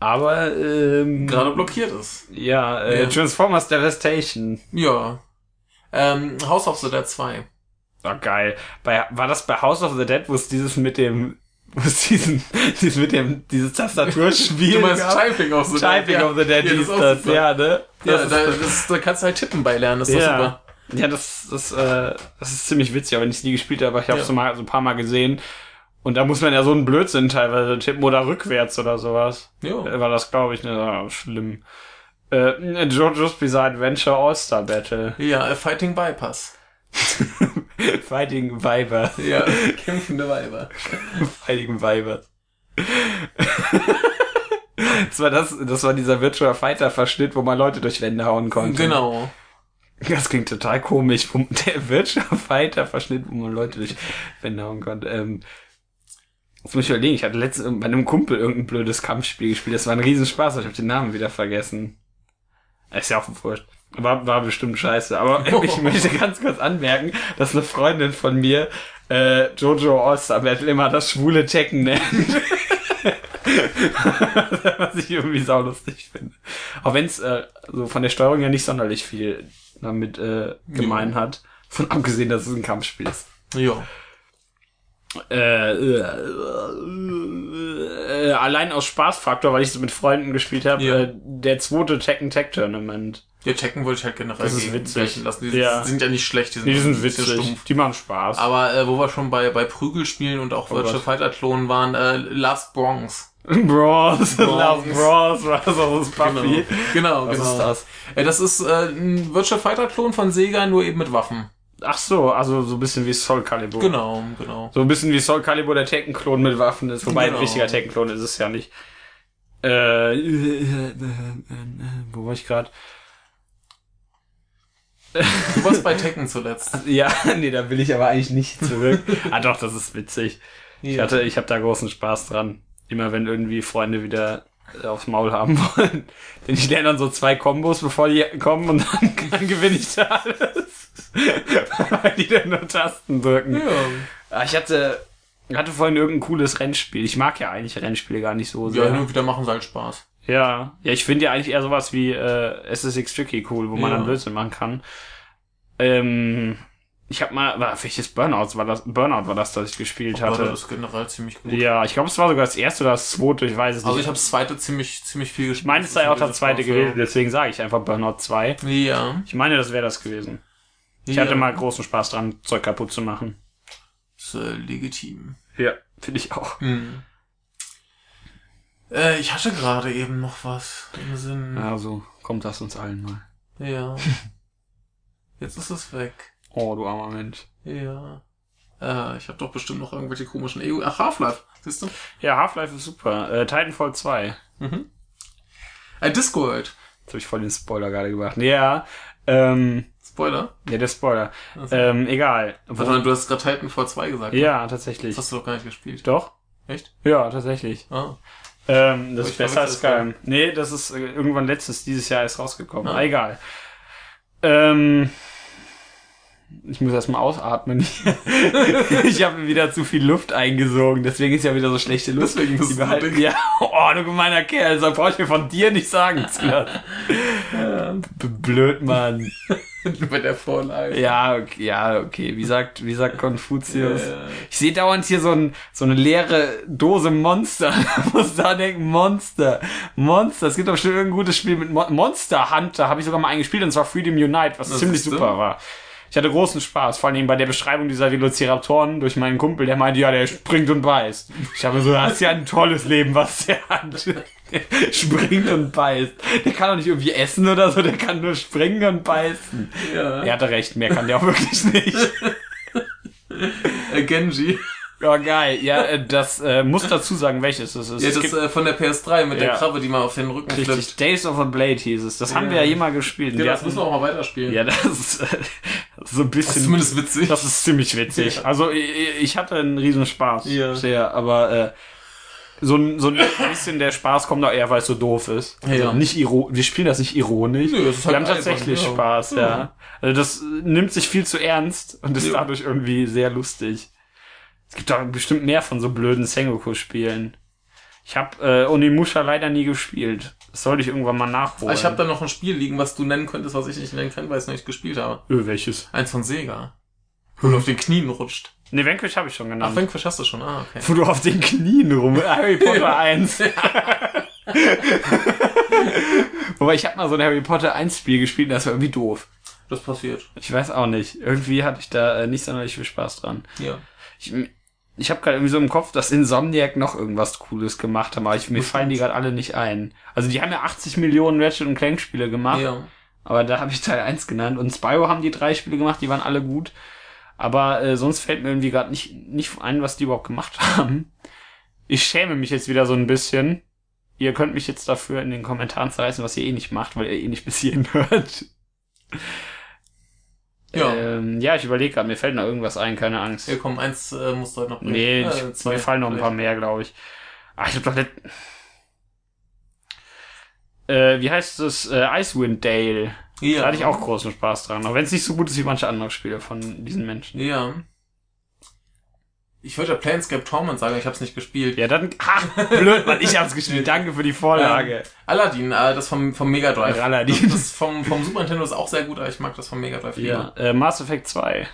Speaker 1: Aber, ähm,
Speaker 2: Gerade blockiert ist.
Speaker 1: Ja, äh,
Speaker 2: Ja.
Speaker 1: Transformers Devastation.
Speaker 2: Ja. Ähm, House of the Dead 2.
Speaker 1: Oh, geil. Bei, war das bei House of the Dead, wo es dieses mit dem, wo es diesen, dieses mit dem, dieses Tastaturspiel
Speaker 2: Du meinst
Speaker 1: gab?
Speaker 2: Typing of the
Speaker 1: Typing
Speaker 2: Dead. ja.
Speaker 1: of the Dead
Speaker 2: ja,
Speaker 1: hieß
Speaker 2: das ist auch
Speaker 1: das,
Speaker 2: super.
Speaker 1: ja, ne?
Speaker 2: Ja,
Speaker 1: Das
Speaker 2: da,
Speaker 1: ist,
Speaker 2: das, da kannst du halt tippen bei lernen, das ist
Speaker 1: Ja.
Speaker 2: doch super.
Speaker 1: ja, das, das, äh, das ist ziemlich witzig, aber wenn ich es nie gespielt habe, aber ich habe es
Speaker 2: Ja.
Speaker 1: so, mal- so ein paar Mal gesehen. Und da muss man ja so einen Blödsinn teilweise tippen oder rückwärts oder sowas.
Speaker 2: Jo.
Speaker 1: Äh, War das, glaube ich, ne, ah, schlimm. Äh, Jojo's Bizarre Adventure All-Star Battle.
Speaker 2: Ja, äh, Fighting Bypass.
Speaker 1: Fighting Viper.
Speaker 2: Ja, kämpfende Weiber.
Speaker 1: Heiligen Weiber.
Speaker 3: Das war, das, das war dieser Virtual Fighter Verschnitt, wo man Leute durch Wände hauen konnte.
Speaker 2: Genau.
Speaker 3: Das klingt total komisch. Wo, der Virtual Fighter Verschnitt, wo man Leute durch Wände hauen konnte. Ähm, jetzt muss ich überlegen, ich hatte letztens bei einem Kumpel irgendein blödes Kampfspiel gespielt. Das war ein Riesenspaß, aber ich habe den Namen wieder vergessen. Ist ja auch wurscht. War, war bestimmt scheiße. Aber ich möchte ganz kurz anmerken, dass eine Freundin von mir äh, Jojo Oss am Ende immer das schwule Tekken nennt. Was ich irgendwie saulustig finde. Auch wenn es äh, so von der Steuerung ja nicht sonderlich viel damit äh, gemein hat. Von abgesehen, dass es ein Kampfspiel ist.
Speaker 2: Ja.
Speaker 3: Äh, äh, äh, allein aus Spaßfaktor, weil ich es mit Freunden gespielt habe,
Speaker 2: Ja.
Speaker 3: äh, der zweite Tekken Tag Tournament.
Speaker 2: Ja, checken wollte ich halt generell
Speaker 3: Das ist
Speaker 2: gegen
Speaker 3: witzig.
Speaker 2: welchen lassen. Die
Speaker 3: Ja.
Speaker 2: sind ja nicht schlecht, die sind,
Speaker 1: Die
Speaker 2: ein
Speaker 1: sind
Speaker 2: bisschen
Speaker 1: witzig. Die machen Spaß.
Speaker 2: Aber äh, wo wir schon bei, bei Prügelspielen und
Speaker 1: Oh
Speaker 2: auch Virtual
Speaker 3: Gott.
Speaker 2: Fighter Klonen waren, äh, Last Bronx.
Speaker 1: Bros,
Speaker 2: Bros.
Speaker 1: Love Bros, was auch das
Speaker 2: Genau,
Speaker 1: Puppy.
Speaker 2: genau.
Speaker 3: Was
Speaker 2: genau.
Speaker 3: ist das?
Speaker 2: Äh, das ist äh, ein Virtual Fighter Klon von Sega, nur eben mit Waffen.
Speaker 1: Ach so, also so ein bisschen wie Soul Calibur.
Speaker 2: Genau, genau.
Speaker 1: So ein bisschen wie Soul Calibur der Tekken-Klon mit Waffen ist, wobei
Speaker 2: Genau.
Speaker 1: ein richtiger Tekken-Klon ist es ja nicht. Äh, äh, äh, äh, wo war ich gerade?
Speaker 2: Du warst bei Tekken zuletzt.
Speaker 3: Ja, nee, da will ich aber eigentlich nicht zurück.
Speaker 1: Ah doch, das ist witzig. Ich
Speaker 2: Ja.
Speaker 1: hatte, ich habe da großen Spaß dran. Immer wenn irgendwie Freunde wieder äh, aufs Maul haben wollen. Denn ich lerne dann so zwei Kombos, bevor die kommen und dann, dann gewinne ich da alles. Weil die dann nur Tasten drücken.
Speaker 2: Ja.
Speaker 1: Ah, Ich hatte, hatte vorhin irgendein cooles Rennspiel. Ich mag ja eigentlich Rennspiele gar nicht so
Speaker 2: ja,
Speaker 1: sehr.
Speaker 2: hin und wieder machen sie halt Spaß.
Speaker 1: Ja, ja, ich finde ja eigentlich eher sowas wie äh, SSX Tricky cool, wo man
Speaker 2: Ja.
Speaker 1: dann Blödsinn machen kann. Ähm, ich habe mal, war, welches Burnout war das? Burnout war Oh das, das ich gespielt
Speaker 2: Aber
Speaker 1: hatte.
Speaker 2: das ist generell ziemlich gut.
Speaker 1: Ja, ich glaube, es war sogar das erste oder das zweite, ich weiß es
Speaker 2: Also ich
Speaker 1: nicht.
Speaker 2: habe das zweite ziemlich, ziemlich viel gespielt.
Speaker 1: Ich meine, es sei auch das zweite gewesen,
Speaker 2: Ja.
Speaker 1: deswegen sage ich einfach Burnout 2.
Speaker 2: ja.
Speaker 1: Ich meine, das wäre das gewesen. Ich hatte mal großen Spaß dran, Zeug kaputt zu machen.
Speaker 2: Ist, äh, legitim.
Speaker 1: Ja, finde ich auch.
Speaker 2: Hm. Äh, ich hatte gerade eben noch was im Sinn.
Speaker 1: Also, kommt das uns allen mal.
Speaker 2: Ja. Jetzt ist es weg.
Speaker 1: Oh, du armer Mensch.
Speaker 2: Ja. Äh, ich habe doch bestimmt noch irgendwelche komischen EU. Ach, Half-Life, siehst du?
Speaker 1: Ja, Half-Life ist super. Äh, Titanfall 2.
Speaker 2: Mhm. Äh, Discworld.
Speaker 1: Jetzt habe ich voll den Spoiler gerade gemacht. Ja, ähm,
Speaker 2: Spoiler.
Speaker 1: ja, der Spoiler.
Speaker 2: Also,
Speaker 1: Ähm, egal.
Speaker 2: warte mal, du hast gerade Titanfall 2 gesagt.
Speaker 1: ja,
Speaker 2: Das
Speaker 1: tatsächlich.
Speaker 2: hast du doch gar nicht gespielt.
Speaker 1: Doch?
Speaker 2: Echt?
Speaker 1: Ja, tatsächlich.
Speaker 2: Ah.
Speaker 1: Ähm, das
Speaker 2: Ich
Speaker 1: ist besser als
Speaker 2: verwechsel
Speaker 1: Skyrim. Nee, das ist äh, irgendwann letztes, dieses Jahr ist rausgekommen.
Speaker 2: Ah.
Speaker 1: Ah, Egal. Ähm, ich muss erstmal ausatmen. ich habe wieder zu viel Luft eingesogen, deswegen ist ja wieder so schlechte Luft.
Speaker 2: Deswegen bist
Speaker 1: Die
Speaker 2: du so
Speaker 1: behalten,
Speaker 2: dick.
Speaker 1: ja, oh, du gemeiner Kerl, das brauche ich mir von dir nicht sagen zu lassen. B- Blöd, Mann.
Speaker 2: Bei der Vorlage.
Speaker 3: ja, ok- ja, okay. Wie sagt, wie sagt Konfuzius?
Speaker 2: Äh,
Speaker 3: Ich sehe dauernd hier so, ein, so eine leere Dose Monster. Ich muss da denken, Monster. Monster. Es gibt doch bestimmt irgendein gutes Spiel mit Mon Monster Hunter. Habe ich sogar mal eingespielt und zwar Freedom Unite, was
Speaker 2: Das
Speaker 1: ziemlich
Speaker 2: ist so.
Speaker 1: super war. Ich hatte großen Spaß, vor allem bei der Beschreibung dieser Velociraptoren durch meinen Kumpel, der meinte, ja, der springt und beißt. Ich habe so, das ist ja ein tolles Leben, was der hat. Der springt und beißt. Der kann doch nicht irgendwie essen oder so, der kann nur springen und beißen.
Speaker 2: ja.
Speaker 3: Er hatte recht, mehr kann der auch wirklich nicht.
Speaker 2: Äh, Genji.
Speaker 1: Ja, geil. Ja, äh, das äh, muss dazu sagen, welches es ist.
Speaker 2: Ja,
Speaker 1: Es
Speaker 2: das
Speaker 1: gibt-
Speaker 2: äh, von der PS3 mit der
Speaker 1: Ja.
Speaker 2: Krabbe, die mal auf den Rücken
Speaker 1: Richtig,
Speaker 2: flippt.
Speaker 1: Days of the Blade hieß es. Das haben wir ja hier mal gespielt.
Speaker 2: Ja,
Speaker 1: wir
Speaker 2: das
Speaker 1: hatten-
Speaker 2: müssen wir auch mal weiterspielen.
Speaker 1: ja, das ist äh, so ein
Speaker 2: das ist
Speaker 1: bisschen.
Speaker 2: zumindest witzig.
Speaker 1: Das ist ziemlich witzig.
Speaker 2: Ja.
Speaker 1: Also ich, ich hatte einen riesen Spaß.
Speaker 2: Ja.
Speaker 1: Sehr, aber äh, so, ein, so ein bisschen der Spaß kommt doch eher, weil es so doof ist.
Speaker 2: Ja.
Speaker 1: Also nicht iro wir spielen das nicht ironisch.
Speaker 2: Nö, es ist
Speaker 1: wir
Speaker 2: halt
Speaker 1: haben
Speaker 2: einfach,
Speaker 1: tatsächlich
Speaker 2: ja.
Speaker 1: Spaß, ja.
Speaker 2: Ja.
Speaker 1: Also das äh, nimmt sich viel zu ernst und ist
Speaker 2: Ja.
Speaker 1: dadurch irgendwie sehr lustig. Es gibt doch bestimmt mehr von so blöden Sengoku-Spielen. Ich habe äh, Onimusha leider nie gespielt. Das sollte ich irgendwann mal nachholen.
Speaker 2: Aber Ah, ich habe da noch ein Spiel liegen, was du nennen könntest, was ich nicht nennen kann, weil ich es noch nicht gespielt habe.
Speaker 1: Ö, welches?
Speaker 2: Eins von Sega. Wo du auf den Knien rutscht.
Speaker 1: Ne, Vanquish habe ich schon
Speaker 2: Ach,
Speaker 1: genannt.
Speaker 2: Vanquish hast du schon. Ah, okay.
Speaker 1: Wo du auf den Knien rum. Harry Potter 1.
Speaker 3: Wobei ich habe mal so ein Harry Potter 1 Spiel gespielt und das war irgendwie doof.
Speaker 2: Das passiert.
Speaker 1: Ich weiß auch nicht. Irgendwie hatte ich da äh, nicht sonderlich viel Spaß dran.
Speaker 2: Ja.
Speaker 1: Ich, ich habe gerade irgendwie so im Kopf, dass Insomniac noch irgendwas Cooles gemacht haben, aber ich, mir fallen die gerade alle nicht ein. Also die haben ja 80 Millionen Ratchet und Clank Spiele gemacht,
Speaker 2: Ja.
Speaker 1: aber da habe ich Teil 1 genannt. Und Spyro haben die drei Spiele gemacht, die waren alle gut. Aber äh, sonst fällt mir irgendwie gerade nicht, nicht ein, was die überhaupt gemacht haben. Ich schäme mich jetzt wieder so ein bisschen. Ihr könnt mich jetzt dafür in den Kommentaren zerreißen, was ihr eh nicht macht, weil ihr eh nicht bis hierhin hört.
Speaker 2: Ja.
Speaker 1: ähm, ja ich überlege gerade, mir fällt noch irgendwas ein, keine Angst.
Speaker 2: Ja, komm, eins äh, musst du heute noch bringen.
Speaker 1: Nee,
Speaker 2: Äh,
Speaker 1: ich, mir fallen noch ein paar mehr, glaube ich. Ach, ich hab doch nicht... Äh, wie heißt das? Äh, Icewind Dale.
Speaker 2: Ja.
Speaker 1: Da hatte ich auch großen Spaß dran. Auch wenn es nicht so gut ist wie manche andere Spiele von diesen Menschen.
Speaker 2: Ja. Ich wollte ja Planescape Torment sagen, ich hab's nicht gespielt.
Speaker 1: Ja, dann... Ha! Blöd, Mann, ich hab's gespielt. Danke für die Vorlage.
Speaker 2: Aladdin, äh, das vom, vom Mega Drive.
Speaker 1: Aladdin.
Speaker 2: Das, das vom, vom Super Nintendo ist auch sehr gut, aber ich mag das vom Mega Drive
Speaker 1: Ja. Äh, Mass Effect 2.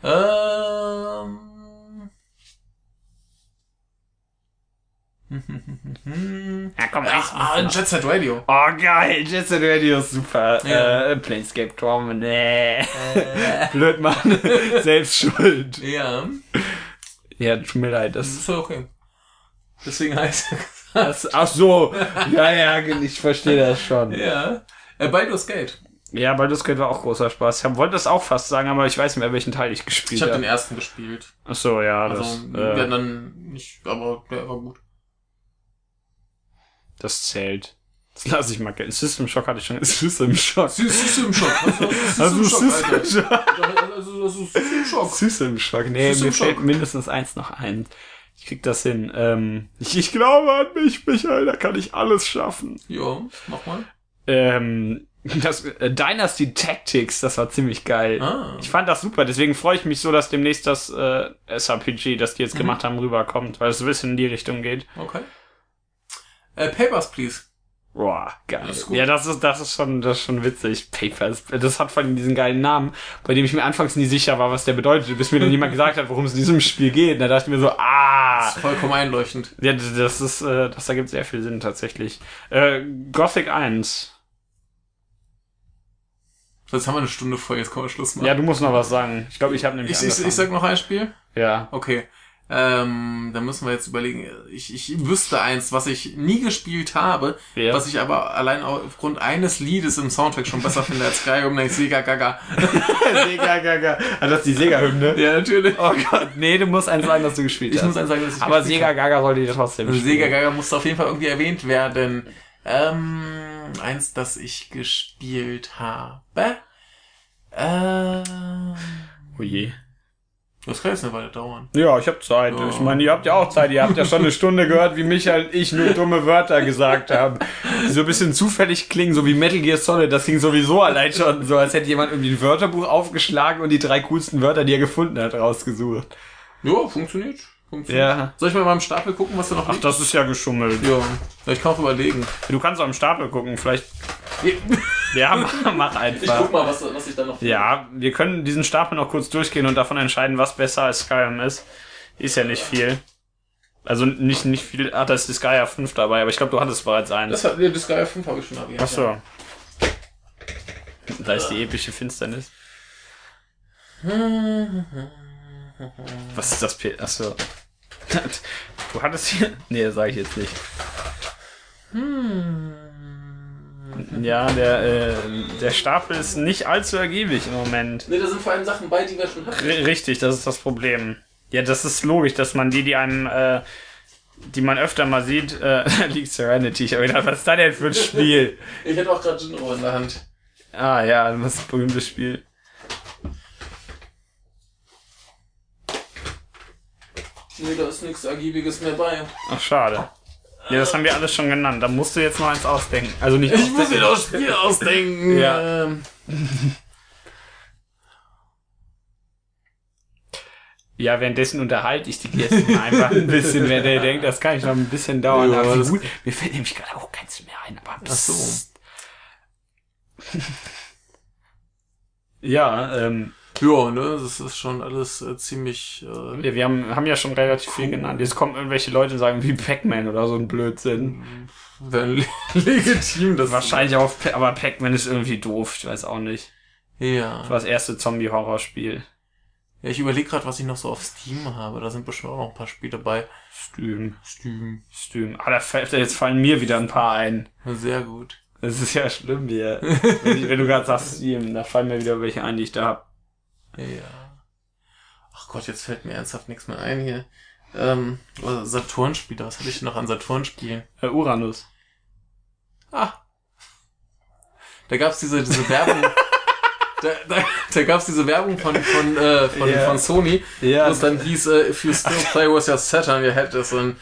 Speaker 2: lieber. Ähm. Hm, hm, hm, hm.
Speaker 1: Ja, komm,
Speaker 2: Ach, ah, Jet Set Radio.
Speaker 1: Oh, geil. Jet Set Radio ist super.
Speaker 2: Ja.
Speaker 1: Äh, Planescape Torment. Nee. Blöd, Mann. Selbst schuld.
Speaker 2: Äh, Ja,
Speaker 1: Ja, tut mir leid. Das
Speaker 2: das ist okay. Deswegen heißt
Speaker 1: Das, ach so, ja, ja, ich verstehe das schon.
Speaker 2: Ja. Äh, Baldur's Gate.
Speaker 1: Ja, Baldur's Gate war auch großer Spaß. Ich hab- wollte das auch fast sagen, aber ich weiß nicht mehr, welchen Teil ich
Speaker 2: Ich
Speaker 1: gespielt
Speaker 2: habe den
Speaker 1: habe.
Speaker 2: ersten gespielt.
Speaker 1: Ach so, ja,
Speaker 2: Also,
Speaker 1: das,
Speaker 2: wir
Speaker 1: äh,
Speaker 2: hatten dann nicht, aber der war gut.
Speaker 1: das zählt. Das lasse ich mal gelten. System Shock hatte ich schon. System Shock.
Speaker 2: Süß, süß im Schock. Was, was,
Speaker 1: Also
Speaker 2: süß im Schock,
Speaker 1: System
Speaker 2: Alter.
Speaker 1: Shock.
Speaker 2: Also, das ist süß im Schock.
Speaker 1: System Shock. Nee,
Speaker 2: System
Speaker 1: mir fällt
Speaker 2: Shock.
Speaker 1: mindestens eins noch ein. Ich krieg das hin. Ähm, ich, ich glaube an mich, Michael, da kann ich alles schaffen.
Speaker 2: Ja, mach mal.
Speaker 1: Ähm, das, äh, Dynasty Tactics, das war ziemlich geil.
Speaker 2: Ah.
Speaker 1: Ich fand das super, deswegen freue ich mich so, dass demnächst das äh, SRPG, das
Speaker 2: Mhm.
Speaker 1: die jetzt gemacht haben, rüberkommt, weil es ein bisschen in die Richtung geht.
Speaker 2: Okay. Äh, Papers, please.
Speaker 1: Boah, geil.
Speaker 2: Das ist gut.
Speaker 1: ja, das ist, das ist schon, das ist schon witzig. Papers. Das hat vor allem diesen geilen Namen, bei dem ich mir anfangs nie sicher war, was der bedeutet, bis mir dann jemand gesagt hat, worum es in diesem Spiel geht. Und da dachte ich mir so, ah.
Speaker 2: Das ist vollkommen einleuchtend.
Speaker 1: Ja, d- das ist, äh, das ergibt sehr viel Sinn tatsächlich. Äh, Gothic 1.
Speaker 2: So, Jetzt haben wir eine Stunde voll, jetzt können wir Schluss machen.
Speaker 1: Ja, du musst noch was sagen. Ich glaube, ich habe nämlich
Speaker 2: ich, ich, ich
Speaker 1: angefangen.
Speaker 2: sag noch ein Spiel.
Speaker 1: ja.
Speaker 2: Okay. Ähm, dann müssen wir jetzt überlegen. Ich, ich wüsste eins, was ich nie gespielt habe,
Speaker 1: Ja.
Speaker 2: was ich aber allein aufgrund eines Liedes im Soundtrack schon besser finde als Skyrim, nämlich Sega Gaga.
Speaker 1: Sega, gaga. Ah, das ist die Sega-Hymne.
Speaker 2: Ja, natürlich.
Speaker 1: Oh Gott, nee, du musst einen sagen, dass du gespielt
Speaker 2: Ich
Speaker 1: hast.
Speaker 2: muss eins sagen, dass ich
Speaker 1: Aber
Speaker 2: gespielt
Speaker 1: Sega Gaga sollte dir trotzdem
Speaker 2: Also Sega
Speaker 1: spielen.
Speaker 2: Gaga musste auf jeden Fall irgendwie erwähnt werden. Ähm, eins, das ich gespielt habe. Ähm,
Speaker 1: Oh je.
Speaker 2: das kann jetzt eine Weile dauern.
Speaker 1: Ja, ich habe Zeit. Ich meine, ihr habt ja auch Zeit. Ihr habt ja schon eine Stunde gehört, wie Michael und ich nur dumme Wörter gesagt haben. Die so ein bisschen zufällig klingen, so wie Metal Gear Solid. Das ging sowieso allein schon so, als hätte jemand irgendwie ein Wörterbuch aufgeschlagen und die drei coolsten Wörter, die er gefunden hat, rausgesucht.
Speaker 2: Ja, funktioniert. funktioniert.
Speaker 1: Ja.
Speaker 2: Soll ich mal in meinem Stapel gucken, was da noch
Speaker 1: Ach, das ist ja geschummelt.
Speaker 2: Ja, ich kann auch überlegen.
Speaker 1: Du kannst am Stapel gucken, vielleicht.
Speaker 2: Ich
Speaker 1: Ja, mach, mach einfach.
Speaker 2: guck mal, was, was ich da noch
Speaker 1: Ja, wir können diesen Stapel noch kurz durchgehen und davon entscheiden, was besser als Skyrim ist. Ist ja nicht viel. Also nicht, nicht viel. Ah, da ist die Skyrim 5 dabei, aber ich glaube, du hattest bereits
Speaker 2: Das
Speaker 1: eins.
Speaker 2: hat, ja, das Gaia 5 habe ich schon erwähnt. Ja.
Speaker 1: Achso. Da ist die epische Finsternis. Was ist das? P- Achso. Du hattest hier. Nee, sage ich jetzt nicht. Ja, der, äh, der Stapel ist nicht allzu ergiebig im Moment.
Speaker 2: Ne, da sind vor allem Sachen bei, die wir schon hatten.
Speaker 1: R richtig, das ist das Problem. Ja, das ist logisch, dass man die, die einem, äh, die man öfter mal sieht, äh, League Serenity, ich hab gedacht, was ist das denn für ein Spiel?
Speaker 2: Ich hätte auch gerade Jinro in der Hand.
Speaker 1: ah ja, das ist ein berühmtes Spiel.
Speaker 2: Ne, da ist nichts Ergiebiges mehr bei.
Speaker 1: Ach, schade. Ja, das haben wir alles schon genannt. Da musst du jetzt noch eins ausdenken. Also nicht
Speaker 2: Ich muss mir das Spiel ausdenken.
Speaker 1: Ja.
Speaker 2: Ähm,
Speaker 1: Ja, währenddessen unterhalte ich die Gäste mal einfach ein bisschen, wenn der denkt, das kann ich noch ein bisschen dauern.
Speaker 2: Ja,
Speaker 1: aber
Speaker 2: das-
Speaker 1: gut, mir fällt nämlich gerade auch keins mehr ein, aber
Speaker 2: so.
Speaker 1: psst. Ja, ähm,
Speaker 2: Ja, ne, das ist schon alles äh, ziemlich. Äh,
Speaker 1: wir wir haben, haben ja schon relativ viel genannt. Jetzt kommen irgendwelche Leute und sagen, wie Pac-Man oder so ein Blödsinn.
Speaker 2: wenn le- legitim, das
Speaker 1: Wahrscheinlich auch, Pa- aber Pac-Man ist irgendwie doof, ich weiß auch nicht. Das
Speaker 2: Ja.
Speaker 1: war das erste Zombie-Horrorspiel.
Speaker 2: ja ich überlege gerade, was ich noch so auf Steam habe. Da sind bestimmt auch noch ein paar Spiele bei.
Speaker 1: Stüm,
Speaker 2: Steam.
Speaker 1: Stüm. Ah, da fällt, jetzt fallen mir wieder ein paar ein.
Speaker 2: Sehr gut.
Speaker 1: Das ist ja schlimm hier. wenn, ich, wenn du gerade sagst, Steam, da fallen mir wieder welche ein, die ich da hab.
Speaker 2: Ja. Ach Gott, jetzt fällt mir ernsthaft nichts mehr ein hier. Ähm, oder Saturn-Spiele, was hatte ich denn noch an Saturn-Spielen?
Speaker 4: Äh, Uranus.
Speaker 2: Ah. Da gab's diese, diese Werbung. Da, da, da gab's diese Werbung von, von, äh, von,
Speaker 1: Ja.
Speaker 2: von Sony,
Speaker 1: Ja.
Speaker 2: wo es dann hieß, äh, if you still play with your Saturn, you had this in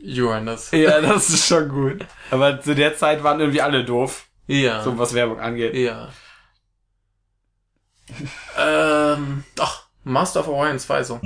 Speaker 2: Uranus.
Speaker 1: Ja, das ist schon gut. Aber zu der Zeit waren irgendwie alle doof,
Speaker 2: Ja.
Speaker 1: so was Werbung angeht.
Speaker 2: Ja. ähm, doch, Master of Orion 2 so.